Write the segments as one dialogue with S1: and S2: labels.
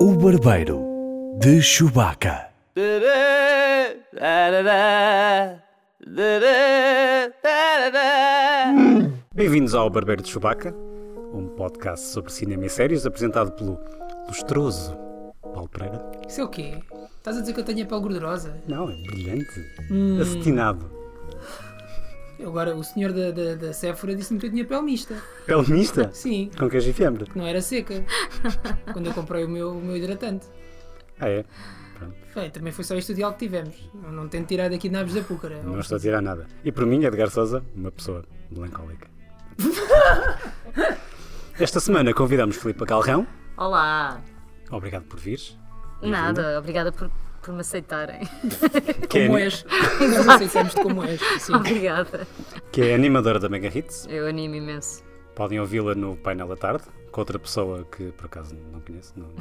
S1: O Barbeiro de Chewbacca.
S2: Bem-vindos ao Barbeiro de Chewbacca, um podcast sobre cinema e séries apresentado pelo lustroso Paulo Pereira.
S3: Isso é o quê? Estás a dizer que eu tenho a pele gordurosa?
S2: Não, é brilhante, acetinado.
S3: Agora, o senhor da, da, da Sephora disse-me que eu tinha pele mista.
S2: Pele mista,
S3: Sim,
S2: com queijo e fiambre.
S3: que não era seca. Quando eu comprei o meu, o meu hidratante.
S2: Ah, é? Pronto,
S3: Bem, também foi só este o diálogo que tivemos. Eu não tenho tirado aqui nabos da púcara.
S2: não estou a tirar nada. E por mim, Edgar Sousa, uma pessoa melancólica. Esta semana convidamos Filipe Galrão.
S4: Olá!
S2: Obrigado por vires.
S4: Nada, obrigada por, por me aceitarem.
S2: Que é,
S3: Como
S2: ani-
S3: és? Nós aceitamos-te é como és. Sim.
S4: obrigada.
S2: que é animadora da Mega Hits.
S4: Eu animo imenso.
S2: Podem ouvi-la no painel da tarde, com outra pessoa que por acaso não conheço, não, não,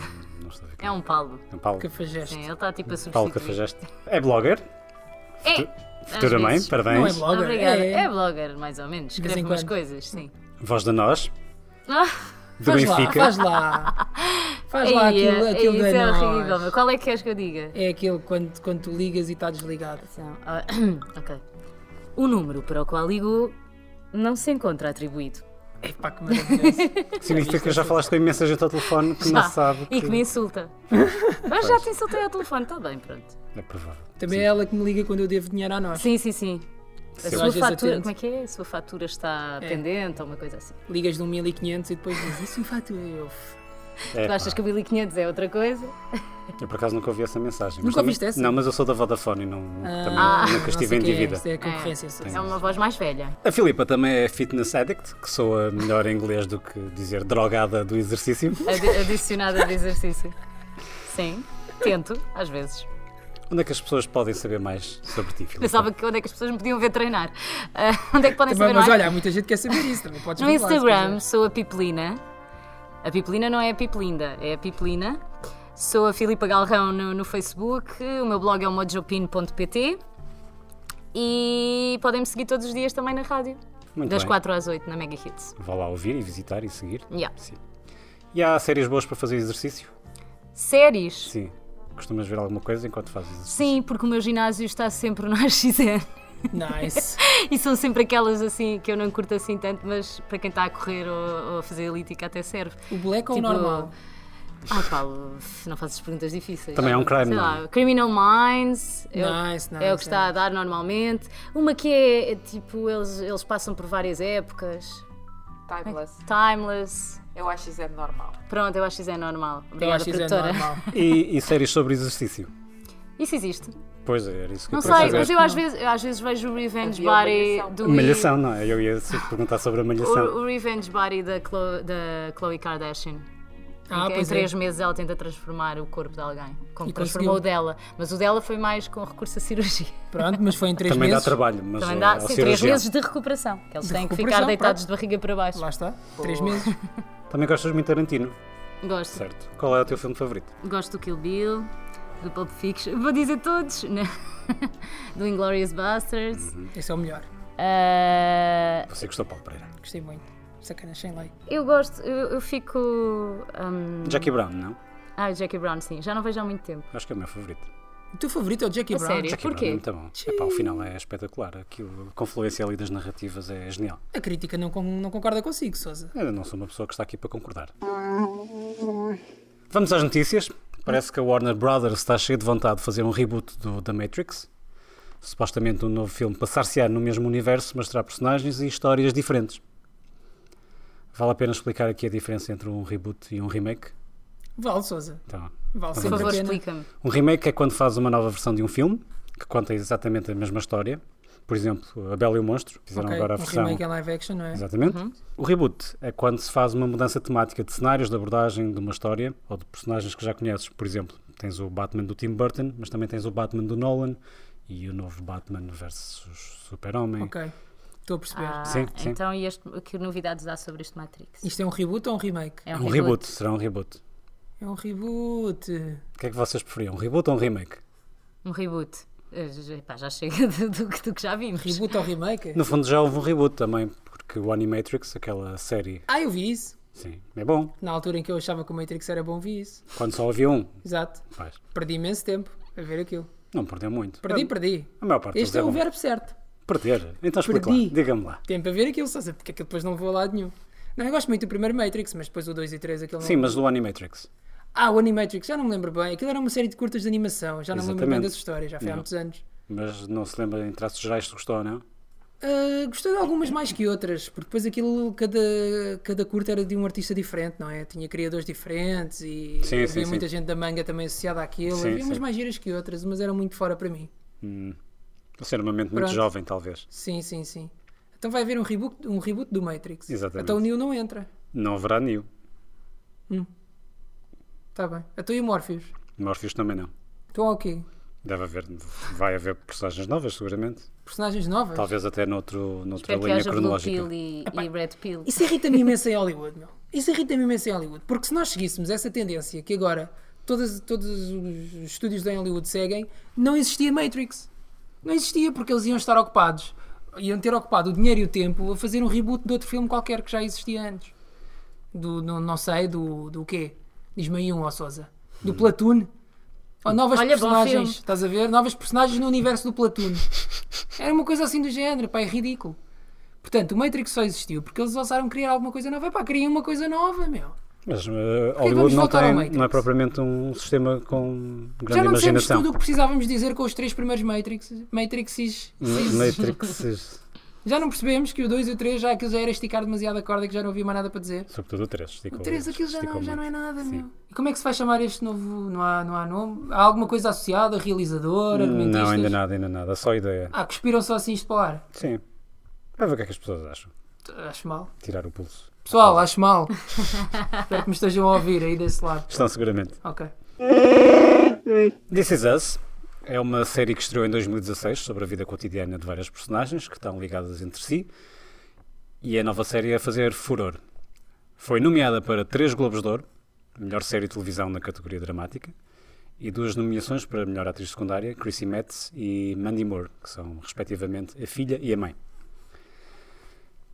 S2: não estou a ver. quem
S4: É um Paulo.
S2: É um Paulo.
S3: Cafajeste.
S4: Sim, ele está tipo a
S2: Paulo
S4: substituir.
S2: Cafajeste. É blogger,
S4: É, às
S2: futura mãe,
S4: vezes.
S2: parabéns.
S3: Não é blogger?
S4: Obrigada.
S3: É.
S4: É. blogger, mais ou menos.
S3: vez
S4: Escreve
S3: em
S4: umas
S3: quando.
S4: coisas, sim.
S2: Voz da Nós,
S4: Ah,
S2: do
S3: Faz lá,
S2: Benfica.
S3: faz lá. Faz lá
S4: ei,
S3: aquilo,
S4: ei,
S3: aquilo
S4: isso
S3: da
S4: é
S3: nós.
S4: horrível. meu. Qual é que queres que eu diga?
S3: É aquele quando, quando tu ligas e está desligado.
S4: Então, ah, ok. O número para o qual ligou não se encontra atribuído.
S3: Epá, que maravilhoso.
S2: Significa que já falaste com imensa gente ao telefone que
S4: Já.
S2: não sabe.
S4: E que me insulta. Mas já te insultei ao telefone, está bem, pronto.
S2: É provável.
S3: Também é ela que me liga quando eu devo dinheiro a nós.
S4: Sim, sim, sim. A
S3: Sim.
S4: sua
S3: Às vezes É.
S4: fatura,
S3: atende.
S4: como é que é? A sua fatura está pendente ou uma coisa assim.
S3: Ligas de 1500 e depois dizes isso e fatura eu.
S2: É,
S4: Tu achas que o 1500 é outra coisa?
S2: Eu por acaso nunca ouvi essa mensagem. Mas
S3: Nunca
S2: também-
S3: ouviste essa? Ah,
S2: Não, mas eu sou da Vodafone e não, também Ah.
S4: ah,
S2: nunca estive em
S3: Não sei quem é,
S2: dívida.
S3: isto é concorrência. só.
S4: É uma voz mais velha.
S2: A Filipa também é fitness addict, que soa melhor em inglês do que dizer drogada do exercício.
S4: Adi- Adicionada de exercício. Sim, tento, às vezes.
S2: Onde é que as pessoas podem saber mais sobre ti, Filipa?
S4: Pensava que onde é que as pessoas me podiam ver treinar. Ah, onde é que podem
S3: Também,
S4: saber
S3: mas
S4: mais?
S3: olha, há muita gente que quer saber isso também. Podes
S4: No
S3: revelar, se
S4: Instagram
S3: quiseres.
S4: sou a Pipelina. A Pipelina não é a Pipelinda, é a Pipelina. Sou a Filipa Galrão no, no Facebook. O meu blog é o mojopino.pt. E podem me seguir todos os dias também na rádio.
S2: Muito
S4: das
S2: bem.
S4: 4 às 8 na Mega Hits.
S2: Vá lá ouvir e visitar e seguir.
S4: Yeah.
S2: Sim. E há séries boas para fazer exercício?
S4: Séries? Sim.
S2: Sim. Costumas ver alguma coisa enquanto fazes exercício?
S4: porque o meu ginásio está sempre no AXN.
S3: Nice.
S4: E são sempre aquelas assim que eu não curto assim tanto, mas para quem está a correr ou, ou a fazer elítica até serve.
S3: O black ou o
S4: Tipo-
S3: normal?
S4: Ai, Paulo, não fazes perguntas difíceis.
S2: Também é um crime,
S4: Sei
S2: não é?
S4: lá, Criminal Minds é, o-
S3: Nice,
S4: é
S3: nice,
S4: o que está
S3: nice.
S4: a dar normalmente. Uma que é, é tipo, eles, eles passam por várias épocas.
S5: Timeless.
S4: Timeless.
S5: Eu acho isso é normal.
S4: Pronto, eu acho que isso é normal.
S3: Eu
S4: Obrigada,
S3: acho que isso é
S4: produtora.
S3: normal.
S2: E, e séries sobre exercício?
S4: Isso existe.
S2: Pois é, era isso que
S4: Não
S2: eu queria
S4: sei,
S2: saber.
S4: mas eu às vezes, eu às vezes vejo o Revenge
S5: Havia uma
S4: Body
S5: malhação.
S4: do.
S2: Malhação, não é? Eu ia se perguntar sobre a
S4: O,
S2: malhação.
S4: o Revenge Body da Chloe, da Khloe Kardashian.
S3: Ah,
S4: em que em
S3: pois é.
S4: três meses ela tenta transformar o corpo de alguém. Como
S3: E
S4: transformou
S3: conseguiu.
S4: o dela. Mas o dela foi mais com recurso a cirurgia.
S3: Pronto, mas foi em três
S2: Também
S3: meses.
S2: dá trabalho, mas eh,
S4: Também
S2: ao-
S4: dá
S2: ao
S4: sim, três
S2: cirurgião.
S4: meses de recuperação. Que eles
S3: ah, De
S4: têm que
S3: recuperação,
S4: ficar deitados de barriga para baixo.
S3: Lá está. Três meses.
S2: Também gostas muito de Tarantino,
S4: Gosto.
S2: certo? Qual é o teu filme favorito?
S4: Gosto do Kill Bill, do Pulp Fiction. Vou dizer todos. né? do Inglourious Basterds.
S3: Esse é o melhor.
S4: Ah,
S2: Você gostou, Paulo Pereira?
S3: Gostei muito. Sacanas sem lei.
S4: eu gosto, eu, eu fico. hum,
S2: Jackie Brown, não?
S4: Ah, Jackie Brown, sim. Já não vejo há muito tempo.
S2: Acho que é o meu favorito.
S3: O teu favorito é o Jackie
S4: A
S3: Brown?
S4: sério?
S2: Jackie
S4: Porquê?
S2: Brown é muito bom. Epá, o final é espetacular. Aquilo, a confluência ali das narrativas é genial.
S3: A crítica não, con- não concorda consigo, Sousa.
S2: Eu não sou uma pessoa que está aqui para concordar. Vamos às notícias. Parece que a Warner Brothers está cheia de vontade de fazer um reboot do The Matrix. Supostamente um novo filme passar-se-á no mesmo universo, mas terá personagens e histórias diferentes. Vale a pena explicar aqui a diferença entre um reboot e um remake?
S3: Vale, Sousa.
S2: Então,
S3: Vale
S4: Por
S3: sempre a
S4: favor,
S3: pena.
S4: explica-me.
S2: um remake é quando faz uma nova versão de um filme que conta exatamente a mesma história. Por exemplo, A Bela e o Monstro. Fizeram
S3: Ok,
S2: agora a
S3: um
S2: versão.
S3: remake em live action, não é?
S2: Exatamente. O reboot é quando se faz uma mudança temática de cenários, de abordagem, de uma história ou de personagens que já conheces. Por exemplo, tens o Batman do Tim Burton, mas também tens o Batman do Nolan e o novo Batman versus Super-Homem.
S3: Ok. Estou a perceber.
S4: Ah,
S2: Sim, sim.
S4: Então, e este, que novidades há sobre este Matrix?
S3: Isto é um reboot ou um remake?
S2: É um reboot, será um reboot.
S3: É um reboot.
S2: O que é que vocês preferiam, um reboot ou um remake?
S4: Um reboot. Eh, já- pá, já chega do, do que- do que já vimos.
S3: Reboot ou remake?
S2: No fundo já houve um reboot também, porque o Animatrix, aquela série
S3: Ah, eu vi isso.
S2: Sim, é bom.
S3: Na altura em que eu achava que o Matrix era bom, vi isso.
S2: Quando só havia um,
S3: Exato.
S2: pois,
S3: Perdi imenso tempo a ver aquilo.
S2: não Ah, perdeu muito.
S3: Perdi, perdi.
S2: A maior parte deles
S3: Este é o
S2: bom.
S3: verbo certo.
S2: Perder. Então explica
S3: Perdi.
S2: lá, diga-me lá.
S3: Tempo a ver aquilo, só sei porque é que eu depois não vou a lado nenhum. Não, eu gosto muito do primeiro Matrix, mas depois o 2 e 3 aquele
S2: Sim,
S3: não...
S2: mas do Animatrix.
S3: Ah, o Animatrix, já não me lembro bem. Aquilo era uma série de curtas de animação, já não me lembro bem
S2: Exatamente.
S3: das histórias, já foi há
S2: Não.
S3: muitos anos.
S2: Mas não se lembra em traços gerais se gostou ou não?
S3: Ah, gostei de algumas mais que outras, porque depois aquilo, cada, cada curta era de um artista diferente, não é? Tinha criadores diferentes e
S2: Sim,
S3: havia
S2: sim,
S3: muita
S2: sim.
S3: gente da manga também associada àquilo.
S2: Sim,
S3: havia umas
S2: sim.
S3: mais giras que outras, mas eram muito fora para mim.
S2: Você era uma mente um muito
S3: Pronto.
S2: jovem, talvez.
S3: Sim, sim, sim. Então vai haver um reboot, um reboot do Matrix.
S2: Exatamente.
S3: Então o Neo não entra.
S2: Não haverá Neo.
S3: Está bem. Então e o Morpheus?
S2: Morpheus também não.
S3: Então há o quê?
S2: Deve haver, vai haver personagens novas, seguramente.
S3: Personagens novas?
S2: Talvez até noutro, noutra
S4: Espero que
S2: linha
S4: haja Blue
S2: cronológica.
S4: Pill e, e Red Pill.
S3: Isso irrita-me imenso em Hollywood, meu. Isso irrita-me imenso em Hollywood. Porque se nós seguíssemos essa tendência que agora todas, todos os estúdios em Hollywood seguem, não existia Matrix. Não existia porque eles iam estar ocupados. Iam ter ocupado o dinheiro e o tempo a fazer um reboot de outro filme qualquer que já existia antes. Do, não, não sei, do, do quê? Diz-me aí um, ó Sousa. Do Platoon. Ou novas
S4: Olha, bom filme.
S3: personagens, estás a ver? Novas personagens no universo do Platoon. Era uma coisa assim do género, pá, é ridículo. Portanto, o Matrix só existiu porque eles ousaram criar alguma coisa nova. Epá, criem uma coisa nova, meu.
S2: Mas eh,
S3: vamos
S2: Hollywood não,
S3: voltar ao
S2: tem,
S3: Matrix?
S2: não é propriamente um sistema com
S3: Já
S2: grande
S3: não dissemos
S2: imaginação.
S3: tudo o que precisávamos dizer com os três primeiros Matrix, Matrixes.
S2: Ma- Matrix,
S3: Já não percebemos que o 2 e o 3 já aquilo já era esticar demasiado a corda e que já não havia mais nada para dizer.
S2: sobretudo o 3.
S3: O 3 aquilo já não, já não é nada, meu. E como é que se vai chamar este novo. Não há, não há nome? Há alguma coisa associada, realizador, argumentista?
S2: Não, ainda nada, ainda nada. Só ideia.
S3: Ah, cuspiram só assim isto para o ar.
S2: Sim. Vai ver o que é que as pessoas acham.
S3: Acho mal.
S2: Tirar o pulso.
S3: Pessoal, acho mal. Espero que me estejam a ouvir aí desse lado.
S2: Estão seguramente.
S3: Ok.
S2: This Is Us é uma série que estreou em 2016 sobre a vida cotidiana de várias personagens que estão ligadas entre si e é a nova série a fazer furor. Foi nomeada para três Globos de Ouro, a melhor série de televisão na categoria dramática, e duas nomeações para melhor atriz secundária, Chrissy Metz e Mandy Moore, que são respectivamente a filha e a mãe.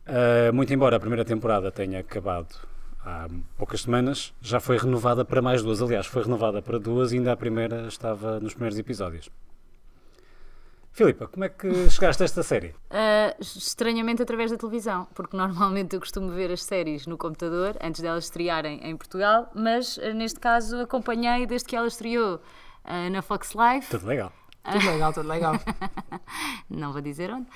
S2: Uh, muito embora a primeira temporada tenha acabado há poucas semanas, já foi renovada para mais duas. Aliás, foi renovada para duas e ainda a primeira estava nos primeiros episódios. Filipa, como é que chegaste a esta série?
S4: Ah, estranhamente através da televisão, porque normalmente eu costumo ver as séries no computador antes delas estrearem em Portugal, mas ah, neste caso acompanhei desde que ela estreou ah, na Fox Life,
S2: Tudo legal.
S3: Tudo legal, tudo legal.
S4: não vou dizer onde,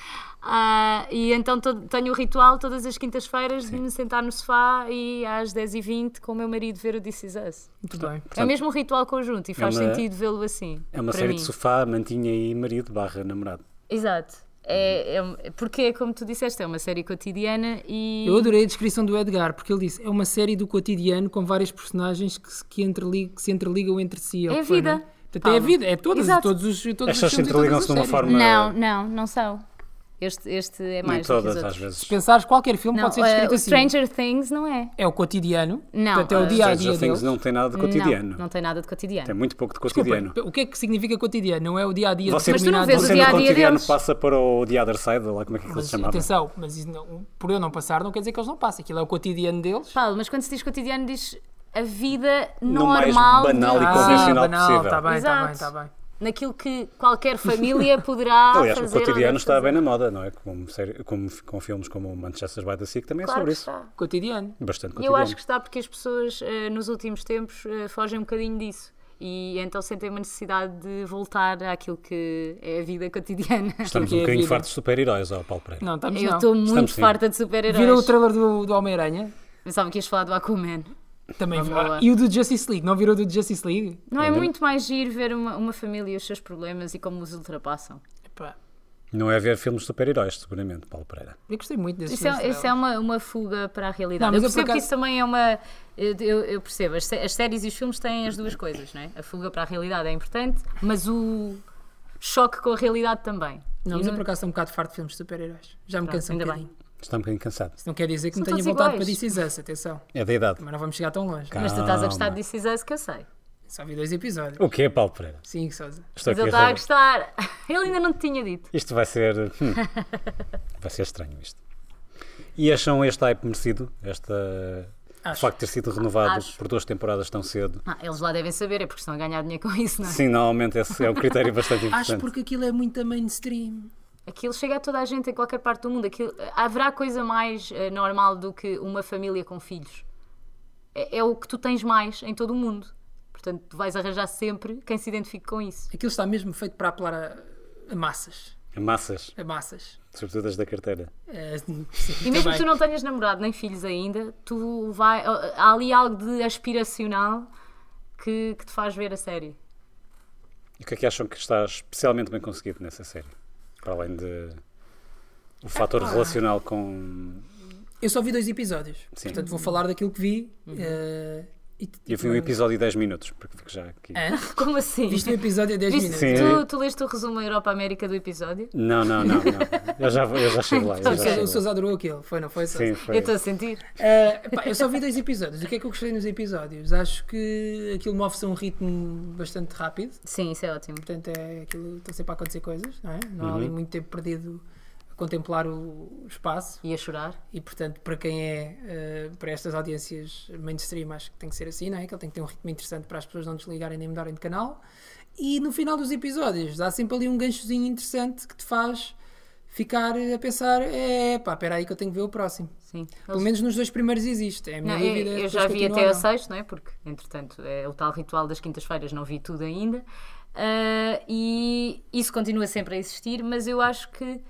S4: Ah, e então todo- tenho o ritual todas as quintas-feiras de me sentar no sofá e às 10h20 com o meu marido ver o This Is Us.
S3: Muito
S2: Tá.
S3: bem.
S4: é mesmo um ritual conjunto e faz
S2: É uma-
S4: sentido vê-lo assim.
S2: É uma
S4: para
S2: série
S4: mim.
S2: de sofá, mantinha e marido barra namorado.
S4: Exato. É,
S2: Uhum.
S4: é- porque, como tu disseste, é uma série cotidiana e.
S3: Eu adorei a descrição do Edgar, porque ele disse é uma série do cotidiano com várias personagens que se, que entreli- que se interligam entre si. ou
S4: É
S3: que foi,
S4: vida.
S3: não é? Portanto, é a
S4: Paulo.
S3: vida, é todas,
S4: Exato.
S3: todos os todos os
S2: Estas se
S3: filmes e todas
S2: interligam-se
S3: as
S2: de uma
S3: séries,
S2: forma-
S3: não é?
S4: Não, não, não são. Este, este é
S2: Nem
S4: mais do que os
S2: todas, às
S4: outros.
S2: vezes.
S3: Se pensares, qualquer filme
S4: Não,
S3: pode ser
S4: eh,
S3: descrito
S4: o
S3: assim.
S4: Stranger Things não é.
S3: É o cotidiano,
S4: Não,
S3: portanto, é
S4: eh,
S3: o dia a dia
S2: Stranger
S3: deles.
S2: Things não tem nada de É cotidiano.
S4: Não, não tem nada de cotidiano.
S2: Tem muito pouco de
S3: Desculpa,
S2: cotidiano.
S3: o que é que significa cotidiano? Não é o dia a dia
S2: Você,
S4: Mas tu não vês o
S2: você
S4: dia-a-dia
S2: no cotidiano
S4: deles?
S2: passa para o The Other Side, ou lá como é que aquilo se
S3: Mas,
S2: chamava?
S3: atenção, mas isso não- por eu não passar, não quer dizer que eles não passem. Aquilo é o cotidiano deles.
S4: Paulo, mas quando se diz cotidiano, diz a vida
S2: No mais
S4: normal. de-
S2: banal e
S3: Ah,
S2: convencional
S3: banal,
S2: possível.
S3: está bem, está bem,
S4: Exato.
S3: está bem.
S4: Naquilo que qualquer família poderá.
S2: Aliás, o
S4: fazer ou
S2: cotidiano
S4: não
S2: está
S4: fazer.
S2: bem na moda, não é? Como série- como f- com filmes como Manchester by the Sea, que também é
S4: Claro
S2: sobre
S4: que
S2: isso.
S4: está.
S3: Cotidiano.
S2: Bastante
S4: Eu
S2: cotidiano.
S4: acho que está porque as pessoas eh, nos últimos tempos eh, fogem um bocadinho disso. E então sentem uma necessidade de voltar àquilo que é a vida cotidiana.
S2: Estamos
S3: que
S2: um
S3: é a
S2: bocadinho
S3: vida.
S2: fartos de super-heróis, ó Paulo Pereira.
S3: Não, estamos
S4: Eu
S3: não.
S4: estou
S2: Estamos
S4: muito
S2: sim.
S4: farta de
S3: Viram o
S4: super-heróis.
S3: trailer do, do Homem-Aranha?
S4: Pensava que ias falar do Aquaman.
S3: Também vi.
S4: Vamos lá.
S3: Ah, E o do Justice League? Não virou o do Justice League?
S4: Não é muito mais giro ver uma, uma família e os seus problemas e como os ultrapassam?
S3: Epá,
S2: Não é ver filmes de super-heróis, seguramente, Paulo Pereira.
S3: eu gostei muito desse
S4: Isso é,
S3: filme
S4: isso é uma, uma fuga para a realidade.
S3: Não,
S4: eu
S3: mas eu por
S4: percebo que
S3: acaso-
S4: isso também é uma. Eu, eu- eu percebo. As, sé- as séries e os filmes têm as duas coisas, não é? A fuga para a realidade é importante, mas o choque com a realidade também.
S3: Não,
S4: E
S3: mas eu
S4: no-
S3: por acaso estou um bocado farto de filmes de super-heróis. Já me
S4: Pronto,
S3: canso um
S4: ainda
S3: bocadinho.
S2: Está um bocadinho cansado.
S3: Isso não quer dizer que
S4: São
S3: me tenha
S4: todos
S3: voltado para
S4: iguais.
S3: This Is Us, atenção.
S2: É da idade.
S3: Mas não vamos chegar tão longe.
S4: Mas tu estás a gostar
S2: Calma.
S4: de This Is Us, que eu sei.
S3: Só vi dois episódios.
S2: O que é, Paulo Pereira?
S3: Sim, Sousa.
S2: Estou
S4: Mas ele
S2: aqui
S4: está a
S2: a roubar.
S4: gostar. Ele ainda não te tinha dito.
S2: Isto vai ser. hum, vai ser estranho isto. E acham este hype merecido? Esta O facto de ter sido renovado
S4: Acho.
S2: por duas temporadas tão cedo.
S4: Ah, eles lá devem saber, é porque estão a ganhar dinheiro com isso, não é?
S2: Sim, normalmente esse é um critério bastante
S3: Acho
S2: importante.
S3: porque aquilo é muito a mainstream.
S4: Aquilo chega a toda a gente em qualquer parte do mundo. Aquilo, haverá coisa mais eh, normal do que uma família com filhos. É, é o que tu tens mais em todo o mundo. Portanto, tu vais arranjar sempre quem se identifique com isso.
S3: Aquilo está mesmo feito para apelar a, a massas.
S2: Massas,
S3: A massas.
S2: sobretudo as da carteira.
S3: É, sim, sim,
S4: E mesmo
S3: também.
S4: que tu não tenhas namorado nem filhos ainda, tu vai, há ali algo de aspiracional que, que te faz ver a série.
S2: E o que é que acham que está especialmente bem conseguido nessa série? Para além de o fator relacional com.
S3: Eu só vi dois episódios.
S2: Sim.
S3: Portanto, vou falar daquilo que vi.
S4: Uhum.
S3: eh, e,
S2: Eu
S4: Hum.
S2: vi um episódio de 10 minutos, porque fico já aqui.
S3: Hã?
S4: Como assim?
S3: Viste um episódio a 10
S4: Viste-
S3: minutos.
S2: Sim.
S4: tu, tu leste o resumo da Europa-América do episódio?
S2: Não, não, não, não. Eu já, vou- eu já chego lá. Eu
S4: Então,
S3: O
S2: já
S3: Sousa- O
S2: chego lá.
S3: Sousa adorou aquilo, foi, não foi? Sousa?
S2: Sim,
S4: Eu
S2: foi.
S4: estou a sentir.
S3: Eh, pá, eu só vi dois episódios. O que é que eu gostei nos episódios? Acho que aquilo move-se a um ritmo bastante rápido.
S4: Sim, isso é ótimo.
S3: Portanto, é aquilo, estão sempre a acontecer coisas, não é? Não há ali
S2: Uhum.
S3: muito tempo perdido a contemplar o espaço.
S4: E a chorar?
S3: E, portanto, para quem é, eh, para estas audiências mainstream, acho que tem que ser assim, não é? Que ele tem que ter um ritmo interessante para as pessoas não desligarem nem mudarem de canal. E no final dos episódios, há sempre ali um ganchozinho interessante que te faz ficar a pensar: é pá, espera aí que eu tenho que ver o próximo.
S4: Sim.
S3: Pelo menos nos dois primeiros existe. É a minha
S4: Não, eu,
S3: dúvida. é se
S4: eu
S3: depois
S4: já vi
S3: continua
S4: até
S3: ou
S4: a
S3: não.
S4: sexta, não é? Porque, entretanto, é o tal ritual das quintas-feiras, não vi tudo ainda. Ah, e isso continua sempre a existir, mas eu acho que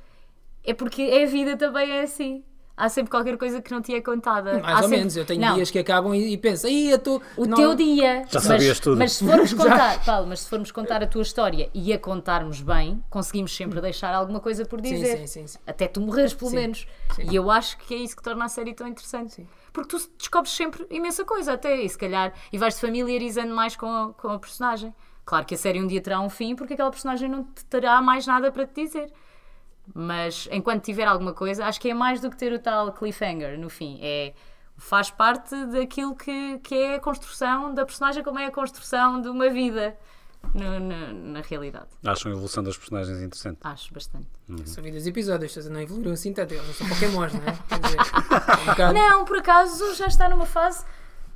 S4: é porque a vida também é assim. Há sempre qualquer coisa que não te é contada.
S3: Mais
S4: Há
S3: ou
S4: sempre-
S3: menos, eu tenho
S4: Não,
S3: dias que acabam e, e penso, aí eu estou.
S4: O teu dia.
S2: Já sabias
S4: mas,
S2: tudo.
S4: Mas se formos contar, Paulo, mas se formos contar a tua história e a contarmos bem, conseguimos sempre deixar alguma coisa por
S3: Sim,
S4: dizer.
S3: sim, sim, sim.
S4: Até tu morreres, pelo
S3: Sim,
S4: menos. E eu acho que é isso que torna a série tão interessante. Porque tu descobres sempre imensa coisa, até, e se calhar, e vais te familiarizando mais com a, com a personagem. Claro que a série um dia terá um fim, porque aquela personagem não te terá mais nada para te dizer. Mas enquanto tiver alguma coisa, acho que é mais do que ter o tal cliffhanger no fim. É, faz parte daquilo que, que é a construção da personagem, como é a construção de uma vida no- no- na realidade.
S2: Acham a evolução dos personagens interessante.
S4: Acho bastante.
S3: São vídeos e episódios, ou seja, não evoluíram assim tanto, eles não são pokémons, não é? Quer dizer, é um bocado-
S4: Não, por acaso já está numa fase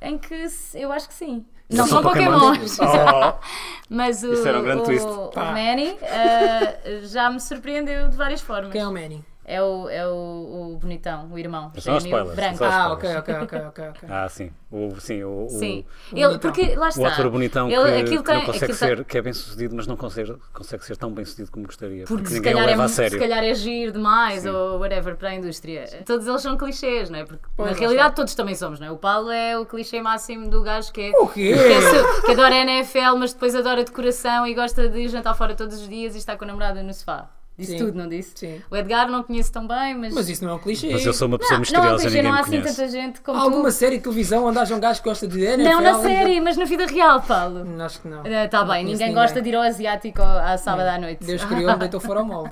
S4: em que se- eu acho que sim. Não,
S2: são
S4: são
S2: Pokémons.
S4: Pokémons.
S2: Oh,
S4: Mas o,
S2: Isso era um grande
S4: o,
S2: twist.
S4: o
S3: Pá.
S4: Manny ah, já me surpreendeu de várias formas.
S3: Quem é o Manny?
S4: É o, é o, o bonitão, o irmão.
S2: São os
S4: gêmeo,
S2: spoilers,
S4: branco.
S2: são os
S3: Ah,
S2: spoilers.
S3: ok, ok, ok, ok. ok.
S2: ah, sim. O, sim, o, o-
S4: Sim.
S3: o
S4: Ele,
S3: bonitão.
S4: porque lá está.
S2: O ator bonitão
S4: Ele-
S2: que,
S4: aquilo
S2: que não
S4: tem-
S2: consegue
S4: aquilo
S2: ser,
S4: tem-
S2: que é bem sucedido, mas não consegue, consegue ser tão bem sucedido como gostaria.
S4: Porque se
S2: ninguém
S4: calhar,
S2: o
S4: é,
S2: leva a
S4: muito- se
S2: sério.
S4: calhar é giro demais ou whatever para a indústria. Todos eles são clichês, não é? Porque
S3: Pois,
S4: na
S3: lá
S4: realidade todos também somos, não é? O Paulo é o clichê máximo do gajo que é.
S3: O quê?
S4: Que, é su- que adora a NFL, mas depois adora decoração e gosta de jantar fora todos os dias e está com a namorada no sofá. Disse
S3: Sim.
S4: tudo, não disse?
S3: Sim.
S4: O Edgar não conheço tão bem, mas.
S3: Mas isso não é um clichê.
S2: Mas eu sou uma
S4: não,
S2: pessoa
S4: não, há
S2: misteriosa,
S4: clichê,
S2: ninguém
S4: não há
S2: me
S4: assim
S2: conhece.
S4: tanta gente como
S3: Há alguma
S4: tu.
S3: série de televisão onde haja um gajo que gosta de NFL?
S4: Não na série, mas na vida real, Paulo.
S3: Não, Acho que não.
S4: Está
S3: Não
S4: bem,
S3: conheço
S4: ninguém gosta de ir ao asiático à sábado à noite. Ah,
S3: Deus criou-me, deitou fora ao molde.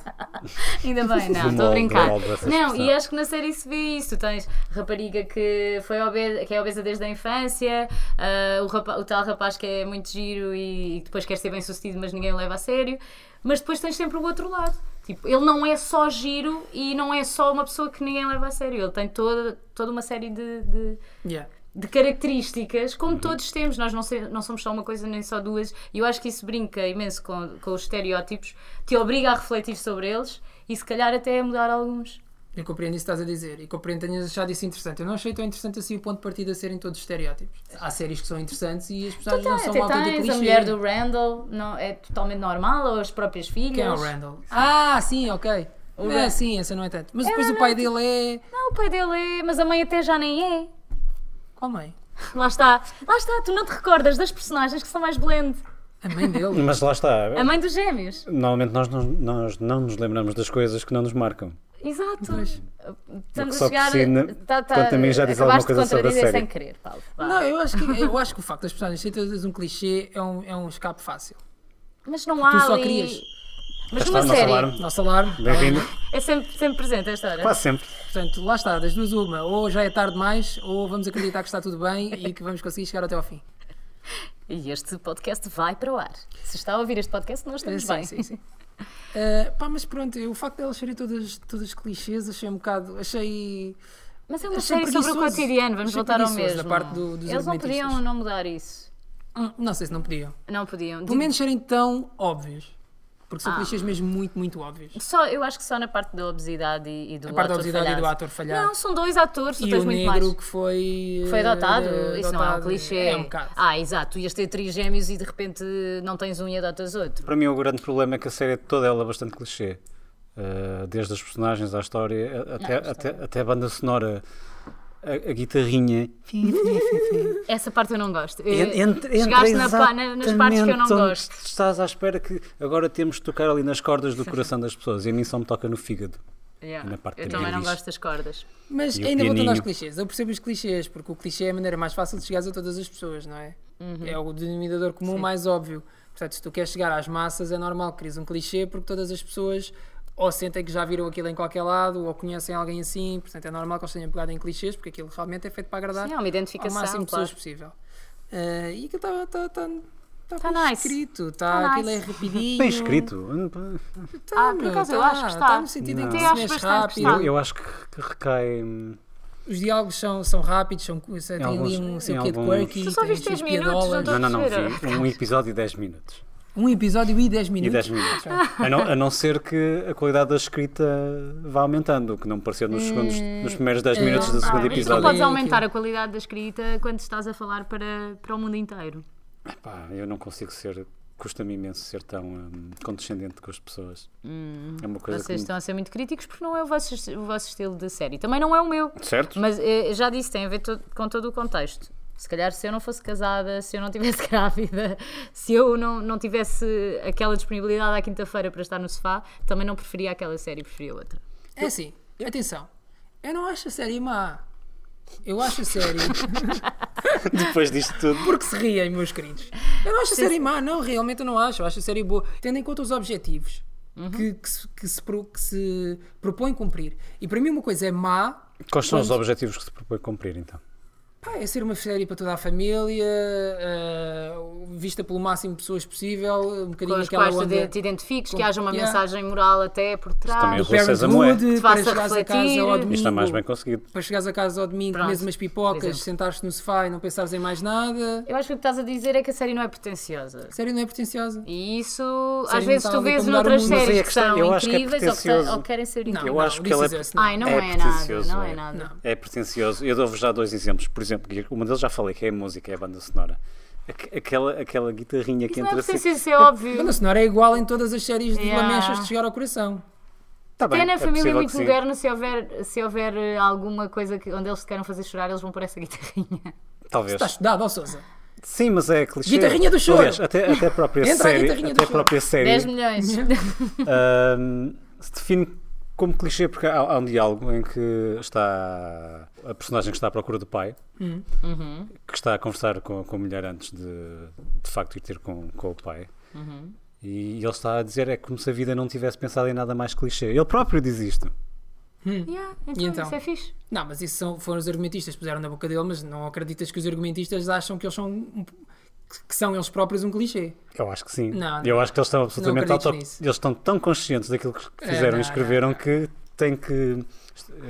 S4: Ainda bem,
S2: Do
S4: não, estou a
S2: molde,
S4: brincar.
S2: do molde dessa
S4: Não,
S2: expressão.
S4: e acho que na série se vê isso. Tu tens rapariga que, foi obesa, que é obesa desde a infância, ah, o, rapa- o tal rapaz que é muito giro e, e depois quer ser bem sucedido, mas ninguém o leva a sério. Mas depois tens sempre o outro lado. Tipo, ele não é só giro e não é só uma pessoa que ninguém leva a sério. Ele tem toda, toda uma série de, de-
S3: Yeah.
S4: de características,
S2: Uhum.
S4: como todos temos, nós não, se- não somos só uma coisa nem só duas, e eu acho que isso brinca imenso com, com os estereótipos, te obriga a refletir sobre eles e se calhar até a mudar alguns.
S3: Eu compreendo isso que estás a dizer e compreendo que tenhas achado isso interessante. Eu não achei tão interessante assim o ponto de partida serem todos estereótipos. Há séries que são interessantes e as personagens não são
S4: até
S3: uma autêntica
S4: tens
S3: clichê.
S4: a mulher do Randall, não, é totalmente normal, ou as próprias filhas.
S3: Quem é o Randall? Ah, sim, ok. É, sim, essa não é tanto. Mas depois o pai dele é.
S4: Não, o pai dele é, mas a mãe até já nem é.
S3: Qual mãe?
S4: Lá está, lá está, tu não te recordas das personagens que são mais blend.
S3: A mãe dele.
S2: Mas lá está. é
S4: A mãe dos gêmeos.
S2: Normalmente nós não, nós não nos lembramos das coisas que não nos marcam.
S4: Exato. Estamos
S2: Só
S4: a
S2: por
S4: chegar.
S2: si, né?
S4: tá, tá,
S2: Quanto a mim, já disse alguma
S4: acabaste de
S2: coisa sobre a
S4: contradizer
S2: série.
S4: sem querer, Paulo. Vá.
S3: não, eu acho, que, eu acho que o facto das personagens serem todas um clichê é um, é um escape fácil.
S4: Mas não há
S3: tu só
S4: ali...
S3: querias.
S4: Mas
S2: Está
S4: numa
S2: o nosso
S4: série,
S2: alarme.
S3: Nosso alarme. Ah,
S2: Bem-vindo.
S4: é sempre, sempre presente esta hora.
S2: Quase sempre.
S3: Portanto, lá está, das duas uma. Ou já é tarde demais, ou vamos acreditar que está tudo bem e que vamos conseguir chegar até ao fim.
S4: E este podcast vai para o ar. Se está a ouvir este podcast, nós estamos
S3: sim,
S4: bem.
S3: sim, sim. Ah, pá, mas pronto, eu- o facto de elas serem todas, todas clichês, achei um bocado. Achei.
S4: Mas é uma
S3: Achei
S4: série sobre o
S3: preguiçoso.
S4: cotidiano, vamos
S3: Achei
S4: voltar ao
S3: preguiçoso
S4: mesmo.
S3: da parte do- dos
S4: Eles não
S3: argumentistas.
S4: podiam não mudar isso.
S3: Hum, Não sei se não podiam.
S4: Não podiam.
S3: Pelo menos serem tão óbvios. Porque são
S4: Ah.
S3: clichês mesmo muito, muito óbvios.
S4: Só, eu acho que só na parte da obesidade e, e do
S3: A parte da
S4: ator
S3: obesidade e
S4: falhado.
S3: do ator falhado.
S4: Não, são dois atores, tu
S3: e
S4: tens
S3: o
S4: muito
S3: negro
S4: mais.
S3: que foi.
S4: Foi
S3: eh,
S4: adotado? Isso não é um
S3: adotado.
S4: clichê.
S3: É um bocado.
S4: Ah, exato. Tu ias ter três gêmeos e de repente não tens um e adotas outro.
S2: Para mim, o grande problema é que a série é toda ela bastante clichê. Uh, desde as personagens à história, a-
S4: é
S2: até, até, até a banda sonora, a, a guitarrinha.
S4: Essa parte eu não gosto.
S2: En-
S4: Eh,
S2: entre-
S4: Chegaste
S2: entra
S4: na pa- na- nas partes que eu não
S2: exatamente onde
S4: gosto.
S2: Estás à espera que agora temos de tocar ali nas cordas do coração das pessoas e a mim só me toca no fígado.
S4: Yeah.
S2: na parte
S4: Eu
S2: da
S4: também não
S2: bilis.
S4: gosto das cordas.
S3: Mas
S2: E o
S3: ainda voltando aos
S2: pianinho.
S3: clichês, eu percebo os clichês, porque o clichê é a maneira mais fácil de chegares a todas as pessoas, não é?
S4: Uhum.
S3: É o denominador comum mais óbvio. Portanto, se tu queres chegar às massas, é normal que cries um clichê, porque todas as pessoas ou sentem que já viram aquilo em qualquer lado, ou conhecem alguém assim, portanto é normal que eles tenham pegado em clichês, porque aquilo realmente é feito para agradar
S4: Sim, é uma
S3: ao
S4: identificação.
S3: máximo de
S4: claro.
S3: pessoas possível. Ah, e aquilo está tá, tá, tá
S4: Tá
S3: bem
S4: nice.
S3: escrito,
S4: Tá
S3: tá, aquilo
S4: nice.
S3: é rapidinho.
S2: Bem escrito.
S3: Tá,
S4: Ah, por
S3: meu,
S4: acaso eu
S3: tá,
S4: acho que está.
S3: Tá no sentido em
S2: Não.
S3: que
S2: Até
S3: se
S4: acho
S3: mexe
S4: bastante
S3: rápido.
S4: Não.
S2: Eu, eu acho que que recai. hum,
S3: Os diálogos são, são rápidos, são, cu- são, tem
S2: alguns-
S3: ali um
S2: em
S3: seu quê de
S2: alguns-
S3: quirky.
S4: Tu só
S3: tem
S4: viste
S3: as suas
S4: 10 minutos,
S3: piadolas.
S2: Não, não, não.
S4: Cheira.
S2: Vi um episódio e 10 minutos.
S3: Um episódio e 10
S2: E
S3: minutos.
S2: 10 minutos.
S4: Ah.
S2: A não, a não ser que a qualidade da escrita vá aumentando, o que não me pareceu nos, segundos, nos primeiros 10 minutos do
S3: Ah,
S2: segundo
S4: Ah, Hum, mas tu
S2: episódio.
S4: podes
S3: É
S4: aumentar
S3: aquilo.
S4: a qualidade da escrita quando estás a falar para, para o mundo inteiro.
S2: Pá, eu não consigo ser. Custa-me imenso ser tão hum, condescendente com as pessoas. é uma coisa
S4: Hum, Vocês
S2: que. me-
S4: estão a ser muito críticos porque não é o vosso, o vosso estilo de série. Também não é o meu.
S2: Certo?
S4: Mas eh, já disse, tem a ver to- com todo o contexto. Se calhar se eu não fosse casada, se eu não tivesse grávida, se eu não, não tivesse aquela disponibilidade à quinta-feira para estar no sofá, também não preferia aquela série, preferia outra.
S3: É assim, atenção. Eu não acho a série má. Eu acho a série.
S2: Depois disto tudo.
S3: Porque se riem, meus queridos. Eu não acho a série má, não, realmente eu não acho. Eu acho a série boa. Tendo em conta os objetivos
S4: Uhum.
S3: que, que, se, que, se, pro- que se propõe cumprir. E para mim, uma coisa é má,
S2: Quais são os objetivos que se propõe cumprir, então?
S3: Pá, é ser uma série para toda a família, eh, vista pelo máximo de pessoas possível, um bocadinho
S4: Com os
S3: aquela
S4: quais tu
S3: onda
S4: de- te identifiques, que
S3: Com-
S4: haja uma
S3: Yeah.
S4: mensagem moral até por
S2: também
S4: trás.
S2: é Rua César Moé.
S3: parenthood,
S4: Te
S3: para
S4: faça
S3: chegares a
S4: refletir.
S3: casa ao
S4: Isto
S3: domingo,
S2: Isto está mais bem conseguido.
S3: para chegares a casa ao domingo,
S4: Pronto,
S3: comeres umas
S4: por
S3: pipocas,
S4: exemplo.
S3: sentares-te no sofá e não pensares em mais nada,
S4: Eu acho que o que estás a dizer é que a série não é pretenciosa.
S3: a série não é pretenciosa.
S4: E isso,
S3: Série
S4: às
S3: não
S4: vezes,
S3: está
S4: tu
S3: ali para
S4: vês
S3: mudar o
S4: noutras
S3: mundo. Mas
S2: aí
S4: séries
S2: a
S4: que
S2: questão-
S4: são
S2: eu acho que é
S4: incríveis ou que são- ou,
S2: pretencioso.
S4: que querem ser
S3: Não,
S4: incríveis.
S2: Eu
S3: não,
S2: acho que
S3: this
S2: ela
S3: is
S2: é-
S3: us, não.
S4: Ai, não
S2: É
S4: é, nada,
S2: pretencioso,
S4: não
S2: é.
S4: é nada.
S3: Não.
S2: É pretencioso. Eu dou-vos já dois exemplos. Por exemplo, que uma deles já falei, que é a música, é a banda sonora. Aqu- aquela, aquela guitarrinha que
S4: Isso não é
S2: entra assim.
S4: preciso isso é óbvio.
S3: A banda sonora é igual em todas as séries de
S4: Yeah.
S3: lamechas de chegar ao coração.
S2: Tá
S4: Até
S2: bem,
S4: na
S2: é
S4: família
S2: possível
S4: muito
S2: que sim.
S4: moderna, se houver, se houver eh, alguma coisa que, onde eles se queiram fazer chorar, eles vão pôr essa guitarrinha.
S2: Talvez.
S3: Está estudado, ó Sousa.
S2: Sim, mas é clichê.
S3: Guitarrinha do choro.
S2: Aliás, até, até a própria
S3: Entra a
S2: série.
S3: guitarrinha do
S2: até a
S3: choro.
S2: própria
S4: 10
S2: série
S4: milhões.
S2: ahm, se define como clichê, porque há, há um diálogo em que está a personagem que está à procura do pai, que está a conversar com, com a mulher antes de de facto ir ter com, com o pai. E ele está a dizer é como se a vida não tivesse pensado em nada mais clichê. Ele próprio diz isto.
S4: Yeah,
S3: E
S4: então,
S3: então?
S4: Isso é fixe.
S3: Não, mas isso são, foram os argumentistas que puseram na boca dele, mas não acreditas que os argumentistas acham que eles são um- que são eles próprios um clichê.
S2: Eu acho que sim.
S3: Não, não.
S2: eu acho que eles estão absolutamente
S3: acredito
S2: auto...
S3: nisso.
S2: Eles estão tão conscientes daquilo que
S3: É,
S2: fizeram
S3: não,
S2: e escreveram
S3: não,
S2: que têm que. eh,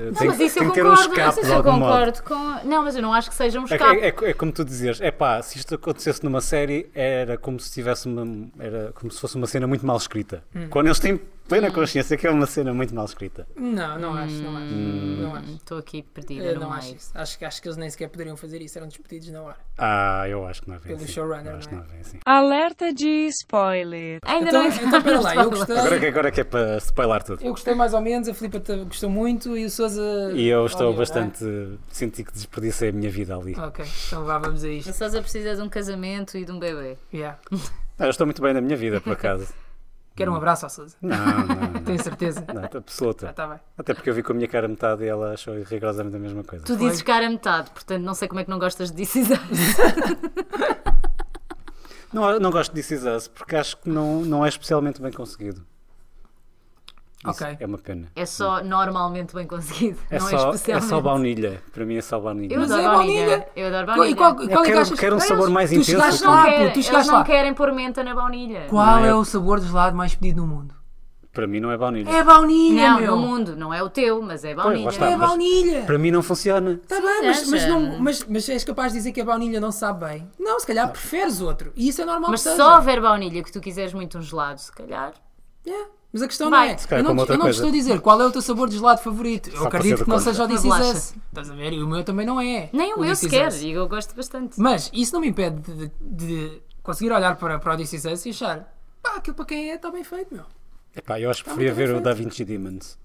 S4: Não,
S2: têm-
S4: Ah, mas isso eu
S2: têm que ter
S4: concordo.
S2: escape
S4: não sei
S2: de
S4: se eu
S2: algum modo.
S4: concordo com. Não, mas eu não acho que seja um
S2: É,
S4: escape.
S2: é- é- é como tu dizes, é pá, se isto acontecesse numa série era como se tivesse uma, era como se fosse uma cena muito mal escrita.
S3: Hum.
S2: Quando eles têm plena consciência que é uma cena muito mal escrita.
S3: Não, não acho, não acho.
S2: Hum.
S3: Não acho.
S4: Hum, Estou aqui perdida.
S3: Eu
S4: no
S3: não
S4: meio.
S3: acho isso. Acho, que- acho que eles nem sequer poderiam fazer isso, eram despedidos na hora.
S2: Ah, eu acho que não é bem
S3: Pelo
S2: assim.
S3: showrunner,
S2: Eu acho que
S3: não é?
S2: não é bem assim.
S6: Alerta de spoiler.
S4: Ainda
S3: Então,
S4: não é
S3: então espera lá, eu gostei,
S2: Agora, é que- agora é que é para spoiler tudo.
S3: eu gostei mais ou menos, a Filipa ta- gostou muito e o Sousa.
S2: E eu estou
S3: odiou,
S2: bastante. Senti que desperdicei a minha vida ali.
S3: não é? Ok, então vá, vamos a isto.
S4: Mas Sousa precisa de um casamento e de um bebê.
S3: Yeah.
S2: Ah, eu estou muito bem na minha vida, por acaso.
S3: Quero um abraço ao Sousa,
S2: Não, não,
S3: tenho certeza.
S2: não, absoluta.
S3: Ah, tá bem.
S2: Até porque eu vi com a minha cara metade e ela achou rigorosamente a mesma coisa.
S4: Tu dizes cara a metade, portanto não sei como é que não gostas de This Is Us.
S2: Não, não gosto de This Is Us porque acho que não, não é especialmente bem conseguido. Isso
S3: Ok.
S2: É uma pena.
S4: É só normalmente bem conseguido.
S2: É,
S4: não
S2: só,
S4: é
S2: é
S4: especialmente.
S2: só baunilha. Para mim é só baunilha.
S4: Eu
S3: Mas
S4: adoro
S3: é baunilha.
S4: baunilha. Eu adoro
S3: Qual-
S4: baunilha.
S3: e qual, qual é que
S2: quero-
S3: achas?
S2: quero um sabor mais
S3: tu
S2: intenso. Ah,
S3: Chegaste
S4: Eles não,
S3: lá,
S4: querem,
S3: pô, tu
S4: eles
S3: chegaste
S4: não
S3: lá.
S4: querem pôr menta na baunilha.
S3: Qual
S2: Não,
S3: é
S2: eu-
S3: o sabor de gelado mais pedido no mundo?
S2: Para mim não é baunilha.
S3: É baunilha,
S4: Não,
S3: meu.
S4: no mundo, não é o teu, mas é
S2: Pois,
S4: baunilha.
S2: lá está,
S3: É
S2: mas
S3: baunilha.
S2: Para mim não funciona.
S3: Tá bem, mas, mas,
S4: seja-
S3: não, mas, mas és capaz de dizer que a baunilha não sabe bem? Não, se calhar preferes outro. E isso é normal
S4: Mas
S3: que
S4: se
S3: seja.
S4: só houver baunilha que tu quiseres muito um gelado, se calhar.
S3: É, Mas a questão
S4: Vai.
S3: não é.
S4: Se
S2: calhar
S3: eu não,
S2: como outra
S3: eu não te
S2: coisa.
S3: estou a dizer qual é o teu sabor de gelado favorito. Eu
S2: Só para ser
S3: acredito
S2: do
S3: que não
S2: contra.
S3: seja o
S4: Uma
S3: This Is
S4: bolacha.
S3: Us. Estás a ver? E o meu também não é.
S4: Nem o meu
S3: This Is
S4: sequer,
S3: Us.
S4: e eu gosto bastante.
S3: Mas isso não me impede de, de- de conseguir olhar para, para o This Is Us e achar pá, aquilo para quem é está bem feito, meu.
S2: Epá, eu acho que preferia ver o Da Vinci Demons.